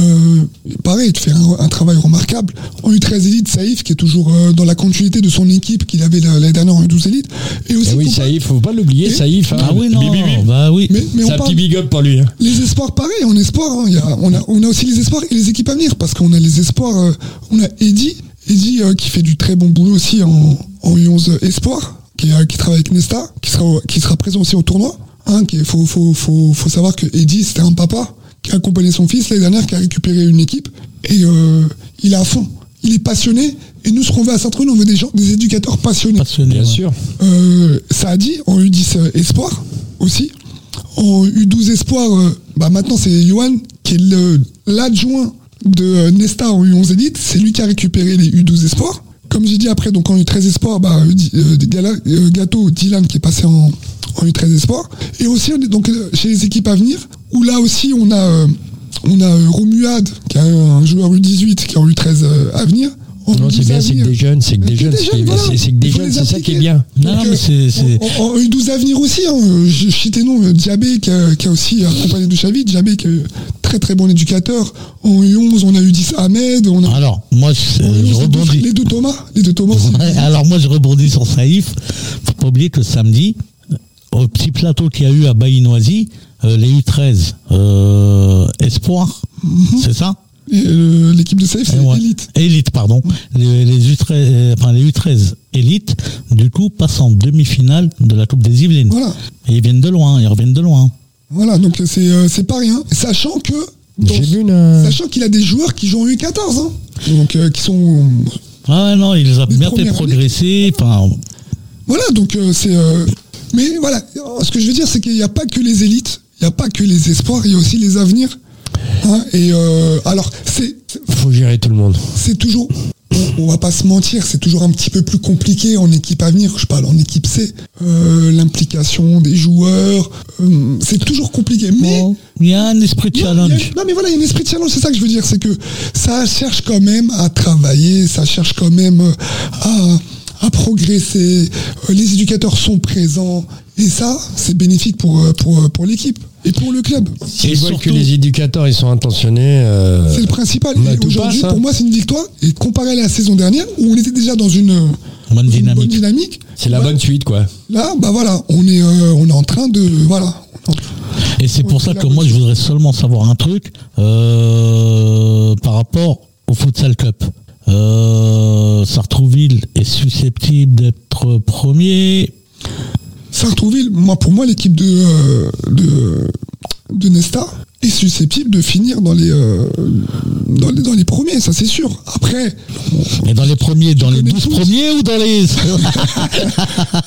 Speaker 4: Euh, pareil, il fait un, un travail remarquable. En U13 Elite, Saïf qui est toujours euh, dans la continuité de son équipe qu'il avait la- l'année dernière en U12 Elite. Et aussi,
Speaker 2: Eh oui,
Speaker 4: faut pas-
Speaker 2: Saïf, faut pas l'oublier,
Speaker 4: Et-
Speaker 2: Saïf. hein.
Speaker 3: Ah oui, non,
Speaker 2: Bip, bip, bip.
Speaker 3: bah oui.
Speaker 4: mais, mais
Speaker 2: C'est
Speaker 4: on
Speaker 2: un
Speaker 4: parle
Speaker 2: petit big up pour lui. hein.
Speaker 4: les espoirs, pareil, en espoir, hein, il y a- on, a, on a aussi les espoirs et les équipes à venir parce qu'on a les espoirs, euh, on a Eddy, Eddy euh, qui fait du très bon boulot aussi en, en U11 espoir, qui, euh, qui travaille avec Nesta, qui sera, au- qui sera présent aussi au tournoi. Hein, qui, faut, faut, faut, faut savoir que Eddy, c'était un papa qui a accompagné son fils l'année dernière, qui a récupéré une équipe et euh, il est à fond, il est passionné. Et nous, ce qu'on veut à saint on veut des gens, des éducateurs passionnés.
Speaker 3: Passionné.
Speaker 2: Bien
Speaker 3: ouais.
Speaker 2: sûr.
Speaker 4: Euh, ça a dit en U10 euh, Espoir aussi. En U12 Espoir, euh, bah maintenant c'est Johan qui est le- l'adjoint de euh, Nesta en U11 Elite. C'est lui qui a récupéré les U12 Espoirs. Comme j'ai dit après, donc en U13 Espoir, bah, euh, Di- euh, Gala- euh, Gâteau, Dylan qui est passé en, en U13 Espoir. Et aussi, on est donc euh, chez les équipes à venir, où là aussi on a, euh, on a euh, Romuald qui est un joueur U18 qui est en U13 euh, à venir. En
Speaker 2: Non, c'est
Speaker 4: U12
Speaker 2: bien,
Speaker 4: à
Speaker 2: c'est que
Speaker 4: venir.
Speaker 2: des jeunes, c'est que des
Speaker 4: Mais
Speaker 2: jeunes, c'est
Speaker 4: voilà.
Speaker 2: c'est- c'est que des
Speaker 4: Il faut
Speaker 2: jeunes,
Speaker 4: les
Speaker 2: c'est ça qui est
Speaker 4: impliquer.
Speaker 2: bien.
Speaker 3: Non, non,
Speaker 4: Donc,
Speaker 3: mais
Speaker 4: euh,
Speaker 3: c'est. c'est-
Speaker 4: En, en- en U12 à venir aussi, hein, euh, je je citais non, euh, Diabé qui a, qui a aussi accompagné de Chavid, Diabé qui est euh, très très bon éducateur. En U11, on a eu 10 Ahmed, on a
Speaker 3: Alors, moi, Ah, je,
Speaker 4: en U11,
Speaker 3: je
Speaker 4: les, deux,
Speaker 3: rebondis.
Speaker 4: les deux Thomas, les deux Thomas. aussi.
Speaker 3: Ouais, alors moi je rebondis sur Saïf. Faut pas oublier que samedi, euh, au petit plateau qu'il y a eu à Baïnoisy, euh, les U13, euh, Espoir, c'est ça
Speaker 4: Et, euh, L'équipe de Safe, Mhm. c'est
Speaker 3: Eh ouais.
Speaker 4: élite.
Speaker 3: Élite, pardon. Les, les U13, euh, enfin, les U13 élite, du coup, passent en demi-finale de la Coupe des Yvelines.
Speaker 4: Voilà.
Speaker 3: Et ils viennent de loin, ils reviennent de loin.
Speaker 4: Voilà, donc euh, c'est euh, c'est pas rien. Sachant que. dans-
Speaker 2: J'ai vu une-
Speaker 4: Sachant qu'il a des joueurs qui jouent en U14, hein, donc euh, qui sont
Speaker 3: Ah ouais, non, ils ont
Speaker 4: Les
Speaker 3: bien fait
Speaker 4: premières
Speaker 3: progresser. Enfin,
Speaker 4: Voilà, donc euh, c'est. euh, mais voilà, euh, ce que je veux dire, c'est qu'il n'y a pas que les élites, il n'y a pas que les espoirs, il y a aussi les avenirs. hein, et euh, alors, c'est
Speaker 2: Faut gérer tout le monde.
Speaker 4: c'est toujours, on, on va pas se mentir, c'est toujours un petit peu plus compliqué en équipe à venir. Je parle en équipe C. Euh, L'implication des joueurs, euh, c'est toujours compliqué. Mais
Speaker 3: Bon, Il y a un esprit de
Speaker 4: non, il y
Speaker 3: challenge.
Speaker 4: a- Non, mais voilà, il y a un esprit de challenge, c'est ça que je veux dire. C'est que ça cherche quand même à travailler, ça cherche quand même euh, à, à progresser. Euh, Les éducateurs sont présents. Et ça, c'est bénéfique pour, euh, pour, euh, pour l'équipe et pour le club.
Speaker 2: Et
Speaker 3: Et
Speaker 2: ils voient
Speaker 3: surtout-
Speaker 2: que les éducateurs, ils sont intentionnés. euh,
Speaker 4: C'est le principal.
Speaker 2: bah,
Speaker 4: Et
Speaker 2: tout
Speaker 4: Aujourd'hui,
Speaker 2: passe, hein.
Speaker 4: pour moi, c'est une victoire. Et comparé à la saison dernière, où on était déjà dans une, euh,
Speaker 3: Bonne
Speaker 4: une
Speaker 3: dynamique.
Speaker 4: bonne dynamique,
Speaker 2: C'est la
Speaker 4: Ouais.
Speaker 2: bonne suite, quoi.
Speaker 4: là, bah voilà, on est, euh, on est en train de. Voilà. On est en-
Speaker 3: Et c'est pour ça
Speaker 4: la
Speaker 3: que moi, je voudrais seulement savoir un truc euh, par rapport au futsal cup. Euh, Sartrouville est susceptible d'être premier.
Speaker 4: Sartrouville, moi, pour moi, l'équipe de, euh, de, de Nesta est susceptible de finir dans les, euh, dans les, dans les premiers, ça c'est sûr. Après,
Speaker 3: Mais dans les premiers, dans les
Speaker 4: connais
Speaker 3: 12
Speaker 4: tous.
Speaker 3: premiers ou dans les...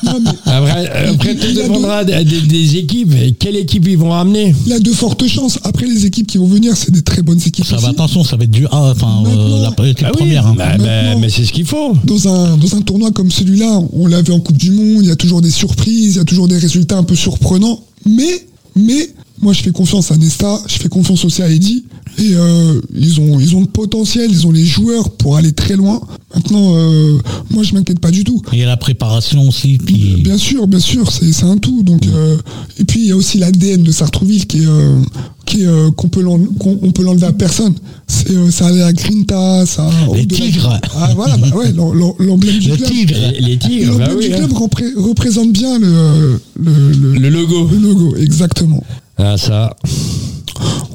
Speaker 4: non, mais
Speaker 2: Après, euh, après, tout dépendra des, des- des équipes. Et quelle équipe ils vont ramener
Speaker 4: il y a de fortes chances. Après, les équipes qui vont venir, c'est des très bonnes équipes.
Speaker 3: ça
Speaker 4: aussi.
Speaker 3: va, attention, ça va être du... Ah, enfin,
Speaker 4: Maintenant-
Speaker 3: euh, la, la
Speaker 2: Ah oui,
Speaker 3: première. hein.
Speaker 2: bah, bah,
Speaker 4: Maintenant.
Speaker 2: mais c'est ce qu'il faut.
Speaker 4: Dans un, dans un tournoi comme celui-là, on l'a vu en Coupe du Monde, il y a toujours des surprises, il y a toujours des résultats un peu surprenants. Mais, mais, moi je fais confiance à Nesta, je fais confiance aussi à Eddy. Et euh, ils, ont, ils ont le potentiel, ils ont les joueurs pour aller très loin. Maintenant, euh, moi je m'inquiète pas du tout.
Speaker 3: Et la préparation aussi qui...
Speaker 4: Euh,
Speaker 2: bah,
Speaker 4: Bien sûr, bien sûr, c'est c'est un tout. Donc, euh, et puis il y a aussi l'ADN de Sartrouville qui est, euh, qui est, euh, qu'on peut l'en- qu'on on peut l'enlever à personne. C'est euh, ça allait à Grinta, ça
Speaker 3: Les
Speaker 4: au-delà-
Speaker 3: tigres.
Speaker 4: Ah voilà, bah ouais, l'em- l'em- l'emblème du
Speaker 3: Le
Speaker 4: club.
Speaker 3: tigre.
Speaker 2: Les, les Tigres, bah
Speaker 4: L'emblème
Speaker 2: oui,
Speaker 4: du
Speaker 2: hein.
Speaker 4: club repré- représente bien le, le, le-
Speaker 2: Le logo.
Speaker 4: le logo, exactement.
Speaker 2: Ah, ça,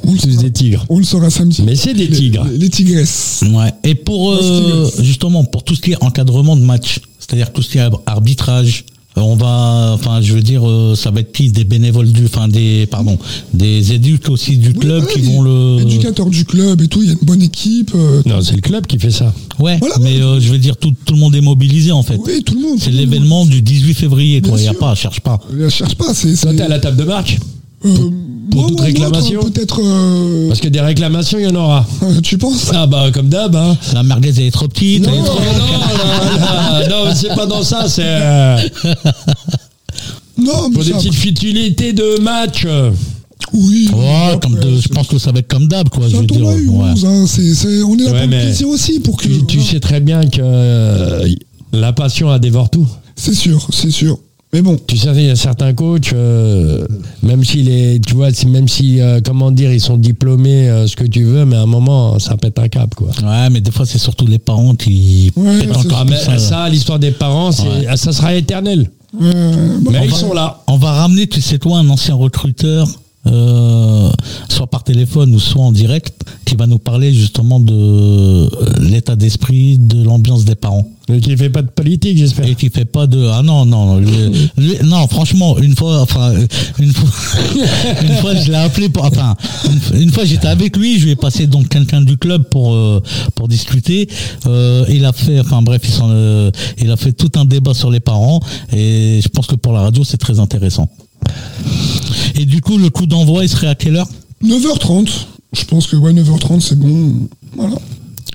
Speaker 4: On le,
Speaker 2: tous
Speaker 4: saura,
Speaker 2: des tigres.
Speaker 4: on le saura samedi.
Speaker 2: Mais c'est des
Speaker 4: Les-
Speaker 2: tigres.
Speaker 4: Les, les tigresses.
Speaker 3: Ouais. Et pour euh,
Speaker 4: Parce que-
Speaker 3: justement pour tout ce qui est encadrement de match, c'est-à-dire tout ce qui est ar- arbitrage, euh, on va, enfin je veux dire, euh, ça va être qui des bénévoles du, enfin des, pardon, des éduques aussi du
Speaker 4: Oui,
Speaker 3: club
Speaker 4: voilà,
Speaker 3: qui
Speaker 4: les
Speaker 3: vont le,
Speaker 4: Éducateurs du club et tout, il y a une bonne équipe. euh,
Speaker 2: Non, c'est le club qui fait ça.
Speaker 3: ouais.
Speaker 4: Voilà.
Speaker 3: Mais euh, je veux dire tout, tout le monde est mobilisé en fait.
Speaker 4: oui, tout le monde.
Speaker 3: C'est l'événement du 18 février quoi.
Speaker 4: Bien
Speaker 3: Il y a
Speaker 4: sûr.
Speaker 3: pas, cherche pas.
Speaker 4: Je cherche pas, c'est.
Speaker 2: Toi,
Speaker 4: c'est-
Speaker 2: t'es à la table de marque
Speaker 4: Euh,
Speaker 2: pour
Speaker 4: moi,
Speaker 2: toute
Speaker 4: moi,
Speaker 2: réclamation
Speaker 4: moi, Peut-être. euh,
Speaker 2: Parce que des réclamations, il y en aura.
Speaker 4: euh, tu penses
Speaker 2: Ah, bah, comme d'hab, hein.
Speaker 3: La merguez elle est trop petite.
Speaker 2: Non,
Speaker 3: elle est
Speaker 2: Oh, non,
Speaker 3: trop-
Speaker 2: non, non, non, c'est pas dans ça, c'est euh,
Speaker 4: Non,
Speaker 2: pour
Speaker 4: mais
Speaker 2: des
Speaker 4: ça,
Speaker 2: petites futilités de match.
Speaker 4: Oui.
Speaker 3: Ouais,
Speaker 4: Après,
Speaker 3: comme de- je pense que ça va être comme d'hab quoi.
Speaker 4: c'est
Speaker 3: Je
Speaker 4: un
Speaker 3: veux dire.
Speaker 4: tournoi
Speaker 3: ouais.
Speaker 4: U11, hein, c'est- c'est- on est là
Speaker 2: Ouais,
Speaker 4: pour
Speaker 2: mais
Speaker 4: le plaisir aussi, pour que.
Speaker 2: Tu, tu
Speaker 4: voilà.
Speaker 2: sais très bien que euh, la passion elle dévore tout.
Speaker 4: C'est sûr, c'est sûr. Mais bon,
Speaker 2: Tu sais, il y a certains coachs, euh, même si les, tu vois, si- même si, euh, comment dire, ils sont diplômés, euh, ce que tu veux, mais à un moment, ça pète un câble, quoi.
Speaker 3: Ouais, mais des fois c'est surtout les parents qui
Speaker 4: Ouais,
Speaker 3: pètent
Speaker 4: c'est-
Speaker 3: encore
Speaker 2: Ah,
Speaker 3: plus
Speaker 2: mais
Speaker 3: ça.
Speaker 2: ça, l'histoire des parents, c'est-
Speaker 3: Ouais.
Speaker 2: ah, ça sera éternel.
Speaker 4: euh, bah,
Speaker 2: Mais ils
Speaker 3: va-
Speaker 2: sont là.
Speaker 3: On va ramener, tu sais quoi, un ancien recruteur, euh, soit par téléphone ou soit en direct, qui va nous parler justement de euh, l'état d'esprit, de l'ambiance des parents.
Speaker 2: Mais qui fait pas de politique, j'espère.
Speaker 3: Et qui fait pas de ah non non non, lui- lui- non franchement une fois enfin euh, une fois une fois je l'ai appelé pour enfin une, fois- une fois j'étais avec lui je lui ai passé donc quelqu'un du club pour euh, pour discuter Euh, il a fait enfin bref il, s'en, euh, il a fait tout un débat sur les parents et je pense que pour la radio c'est très intéressant et du coup le coup d'envoi il serait à quelle heure
Speaker 4: 9h30. Je pense que ouais, 9h30, c'est bon. Voilà.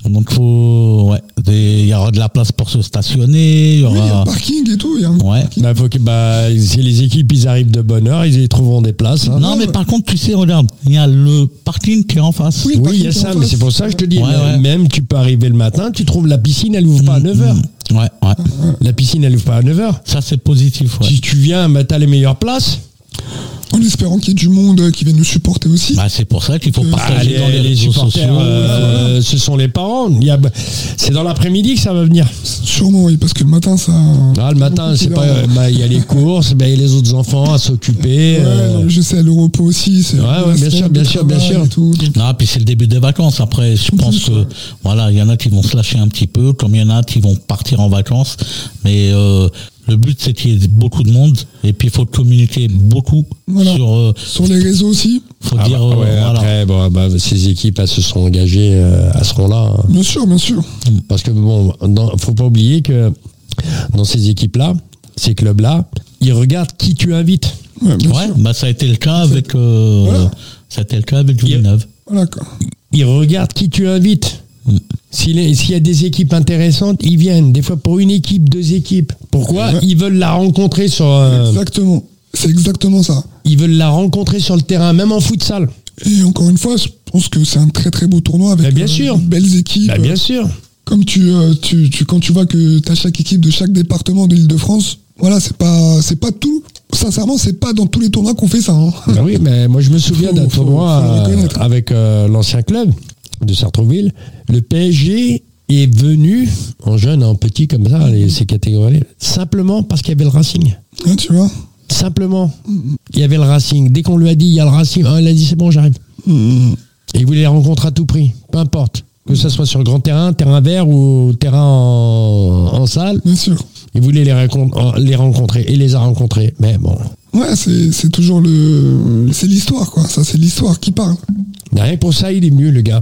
Speaker 3: donc faut ouais des- il y aura de la place pour se stationner il y
Speaker 4: Oui, il y a
Speaker 3: aura
Speaker 4: le parking et tout. il y a un-
Speaker 3: ouais
Speaker 2: Bah, faut que, bah, si les équipes, ils arrivent de bonne heure, ils y trouveront des places. hein.
Speaker 3: Non, mais par contre, tu sais, regarde, il y a le parking qui est en face.
Speaker 4: Oui,
Speaker 2: Oui,
Speaker 4: par
Speaker 2: il y a
Speaker 4: contre,
Speaker 2: ça,
Speaker 4: en
Speaker 2: mais
Speaker 4: face-
Speaker 2: c'est pour ça que je te dis,
Speaker 3: Ouais,
Speaker 2: mais-
Speaker 3: ouais.
Speaker 2: même tu peux arriver le matin, tu trouves la piscine, elle ouvre pas à 9h.
Speaker 3: Mm, Ouais, ouais.
Speaker 2: La piscine, elle ouvre pas à 9h.
Speaker 3: Ça, c'est positif, ouais.
Speaker 2: Si tu viens, bah, t'as les meilleures places.
Speaker 4: En espérant qu'il y ait du monde euh, qui vienne nous supporter aussi.
Speaker 3: Bah, c'est pour ça qu'il faut
Speaker 4: Bah,
Speaker 2: Ah,
Speaker 3: partager
Speaker 2: les,
Speaker 3: dans les,
Speaker 2: les
Speaker 3: réseaux
Speaker 2: supporters,
Speaker 3: sociaux.
Speaker 2: euh, ce sont les parents. Il y a- c'est dans l'après-midi que ça va venir.
Speaker 4: Sûrement, oui, parce que le matin, ça.
Speaker 2: Ah, le matin, c'est pas.
Speaker 4: Ouais,
Speaker 2: euh, bah, Il y a les courses, bah, il y a les autres enfants à s'occuper. euh,
Speaker 4: non, mais je sais, le repos aussi. c'est-
Speaker 2: Ouais, ouais, bien sûr, bien sûr, bien
Speaker 4: travail
Speaker 2: sûr.
Speaker 4: et tout, donc-
Speaker 3: Non, puis c'est le début des vacances. Après, je pense que voilà, il y en a qui vont se lâcher un petit peu, comme il y en a qui vont partir en vacances. Mais euh, le but, c'est qu'il y ait beaucoup de monde. Et puis, il faut communiquer beaucoup
Speaker 4: Voilà.
Speaker 3: sur. euh,
Speaker 4: Sur les réseaux aussi.
Speaker 3: faut
Speaker 2: ah,
Speaker 3: dire
Speaker 2: bah,
Speaker 3: euh,
Speaker 2: ouais,
Speaker 3: voilà.
Speaker 2: Après, bon, bah, ces équipes, elles se sont engagées euh, à ce rang-là. hein. Mm.
Speaker 4: Bien sûr, bien sûr.
Speaker 2: Parce que bon, dans- faut pas oublier que dans ces équipes-là, ces clubs-là, ils regardent qui tu invites.
Speaker 4: Ouais, bien
Speaker 3: Ouais,
Speaker 4: sûr.
Speaker 3: bah ça a été le cas avec euh,
Speaker 4: Voilà.
Speaker 3: ça a été le cas avec Villeneuve.
Speaker 4: Voilà, quoi.
Speaker 2: Ils regardent qui tu invites.
Speaker 3: Mm.
Speaker 2: S'il est- S'il y a des équipes intéressantes, ils viennent. Des fois pour une équipe, deux équipes. Pourquoi
Speaker 4: Ouais.
Speaker 2: Ils veulent la rencontrer sur. euh,
Speaker 4: Exactement. C'est exactement ça.
Speaker 2: ils veulent la rencontrer sur le terrain, même en futsal.
Speaker 4: Et encore une fois, je pense que c'est un très très beau tournoi avec
Speaker 2: Bah, bien
Speaker 4: euh,
Speaker 2: sûr.
Speaker 4: de belles équipes.
Speaker 2: Bah, bien sûr.
Speaker 4: Comme tu, euh, tu, tu- quand tu vois que tu as chaque équipe de chaque département de l'Île-de-France, voilà, c'est pas, c'est pas tout. Sincèrement, c'est pas dans tous les tournois qu'on fait ça. hein.
Speaker 2: Bah oui, mais moi je me souviens
Speaker 4: Faut-
Speaker 2: d'un
Speaker 4: faut-
Speaker 2: tournoi
Speaker 4: faut le
Speaker 2: euh,
Speaker 4: reconnaître.
Speaker 2: avec euh, l'ancien club de Sartrouville. Le PSG est venu en jeune, en petit comme ça, les- ces catégories, simplement parce qu'il y avait le Racing.
Speaker 4: Hein, tu vois.
Speaker 2: Simplement, il y avait le Racing. Dès qu'on lui a dit il y a le Racing, ah, il a dit c'est bon, j'arrive. Et il voulait les rencontrer à tout prix, peu importe. Que ce soit sur le grand terrain, terrain vert ou terrain en, en salle,
Speaker 4: Bien sûr.
Speaker 2: il voulait les, racon- en- les rencontrer et les a rencontrés. Mais bon,
Speaker 4: Ouais, c'est c'est toujours le. C'est l'histoire, quoi. Ça, c'est l'histoire qui parle.
Speaker 2: rien que pour ça, il est mieux, le gars.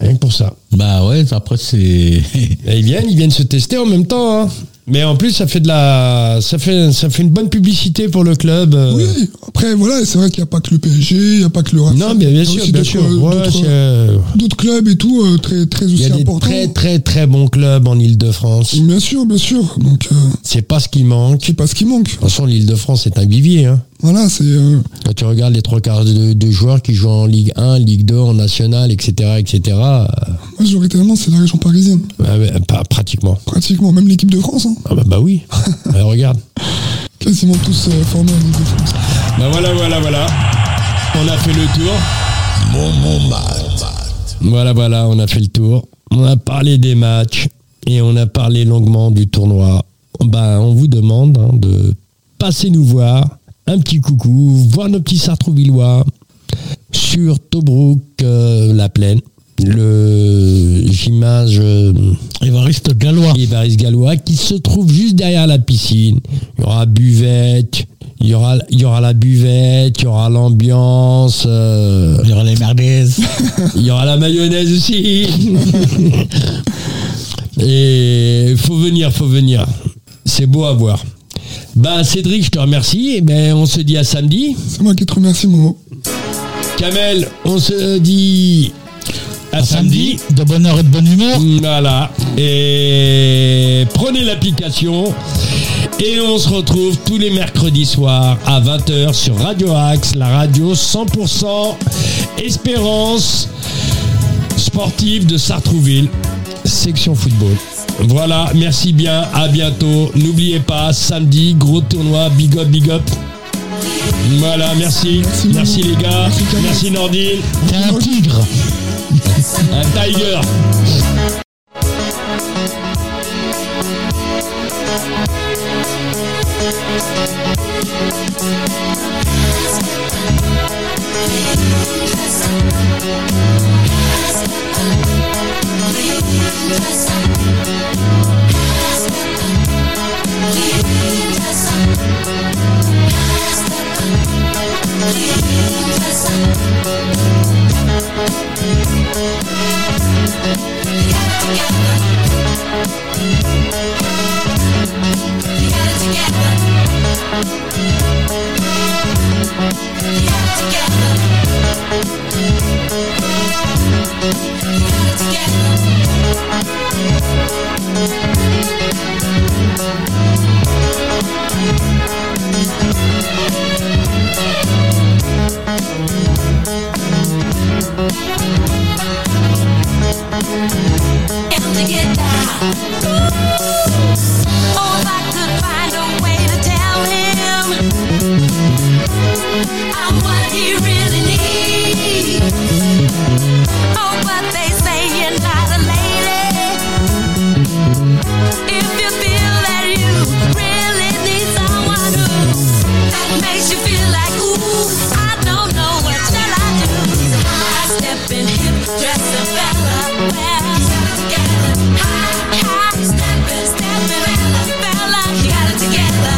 Speaker 2: Rien que pour ça.
Speaker 3: Bah ouais, après c'est
Speaker 2: Et ils viennent, ils viennent se tester en même temps. hein. Mais en plus, ça fait de la, ça fait, ça fait une bonne publicité pour le club. euh.
Speaker 4: Oui, après, voilà, c'est vrai qu'il n'y a pas que le PSG, il n'y a pas que le Racing.
Speaker 2: Non, mais bien
Speaker 4: Il y a
Speaker 2: sûr,
Speaker 4: aussi
Speaker 2: bien
Speaker 4: Ah d'autres-
Speaker 2: sûr. Ouais,
Speaker 4: d'autres-
Speaker 2: c'est, euh,
Speaker 4: D'autres clubs et tout, euh, très, très
Speaker 2: Il
Speaker 4: aussi
Speaker 2: y a des
Speaker 4: importants.
Speaker 2: très très très bons clubs en Ile-de-France.
Speaker 4: Bien sûr, bien sûr. Donc, euh,
Speaker 2: C'est pas ce qui manque.
Speaker 4: c'est pas ce qui manque.
Speaker 2: De toute façon, l'Ile-de-France est un vivier. hein.
Speaker 4: Voilà, c'est. euh,
Speaker 2: Quand tu regardes les trois quarts de, de joueurs qui jouent en Ligue 1, Ligue 2, en National, etc., etc., euh,
Speaker 4: majoritairement, c'est la région parisienne.
Speaker 2: euh, pas pratiquement.
Speaker 4: Pratiquement, même l'équipe de France, hein.
Speaker 2: Ah bah, bah oui. Euh, regarde.
Speaker 4: quasiment tous euh, formés en équipe de France.
Speaker 2: Bah voilà, voilà, voilà. On a fait le tour. Voilà, voilà, on a fait le tour. On a parlé des matchs et on a parlé longuement du tournoi. Ben, on vous demande hein, de passer nous voir, un petit coucou, voir nos petits Sartrouvillois sur Tobruk, euh, la plaine. Le gymnase euh,
Speaker 3: Évariste Gallois.
Speaker 2: et Baris Gallois qui se trouve juste derrière la piscine. Il y aura buvette, il y aura, il y aura la buvette, il y aura l'ambiance, euh,
Speaker 3: Il y aura les merguez.
Speaker 2: il y aura la mayonnaise aussi. et faut venir, faut venir. C'est beau à voir. Ben Cédric, je te remercie. Ben, on se dit à samedi.
Speaker 4: C'est moi qui te remercie, Momo.
Speaker 2: Kamel, on se dit à, samedi.
Speaker 3: de bonne heure et de bonne humeur.
Speaker 2: Voilà. Et prenez l'application. Et on se retrouve tous les mercredis soirs à 20h sur Radio Axe, la radio 100% espérance sportive de Sartrouville, section football. Voilà, merci bien, à bientôt. N'oubliez pas, samedi, gros tournoi, big up, big up. Voilà, merci.
Speaker 4: Merci.
Speaker 2: Merci les gars.
Speaker 4: Merci, Kamel.
Speaker 2: Merci Nordine.
Speaker 3: T'es un tigre.
Speaker 2: Un tiger.
Speaker 5: to get down. Oh, if I could find a way to tell him I'm what he really needs. Oh, but they say you're not a lady. If you feel that you really need someone who that makes you feel like, ooh, I don't know what shall I do. High stepping, hip dressing, fella, well, together. High, high stepping, stepping, fella, fella, you got it together.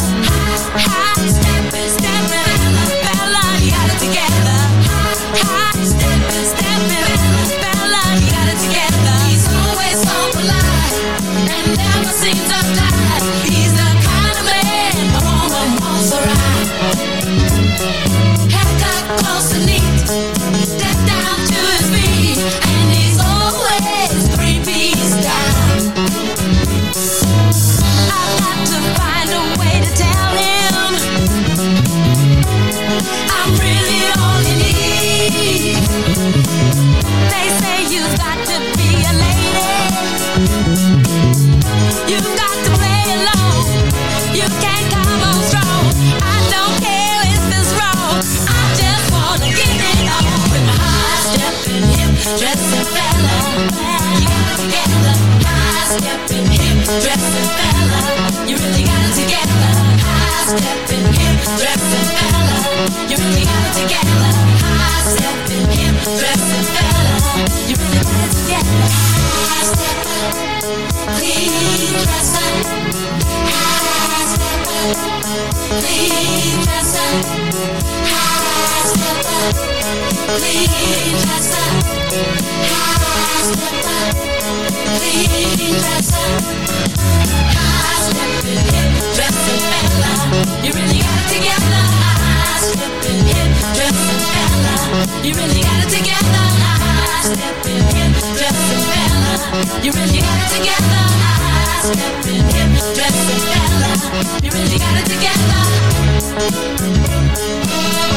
Speaker 5: High, high stepping, stepping, fella, fella, you got it together. High, high stepping, stepping, fella, fella, you got it together. He's always so polite and never seems uptight. He's the kind of man dressing fella. You got it together. High stepping, hip dressing fella. You really got it together. High stepping, hip dressing fella. You really got it together. High stepping, hip dressing fella. You really got it together. High stepping, clean dresser. High stepping, clean dresser. High stepper, clean dresser. High stepper, clean dresser. High stepping, hip dressing fella. You really got it together. High stepping, hip dressing fella. You really got it together. High stepping, hip dressing fella. You really got it together. High stepping, hip dressing fella. You really got it together.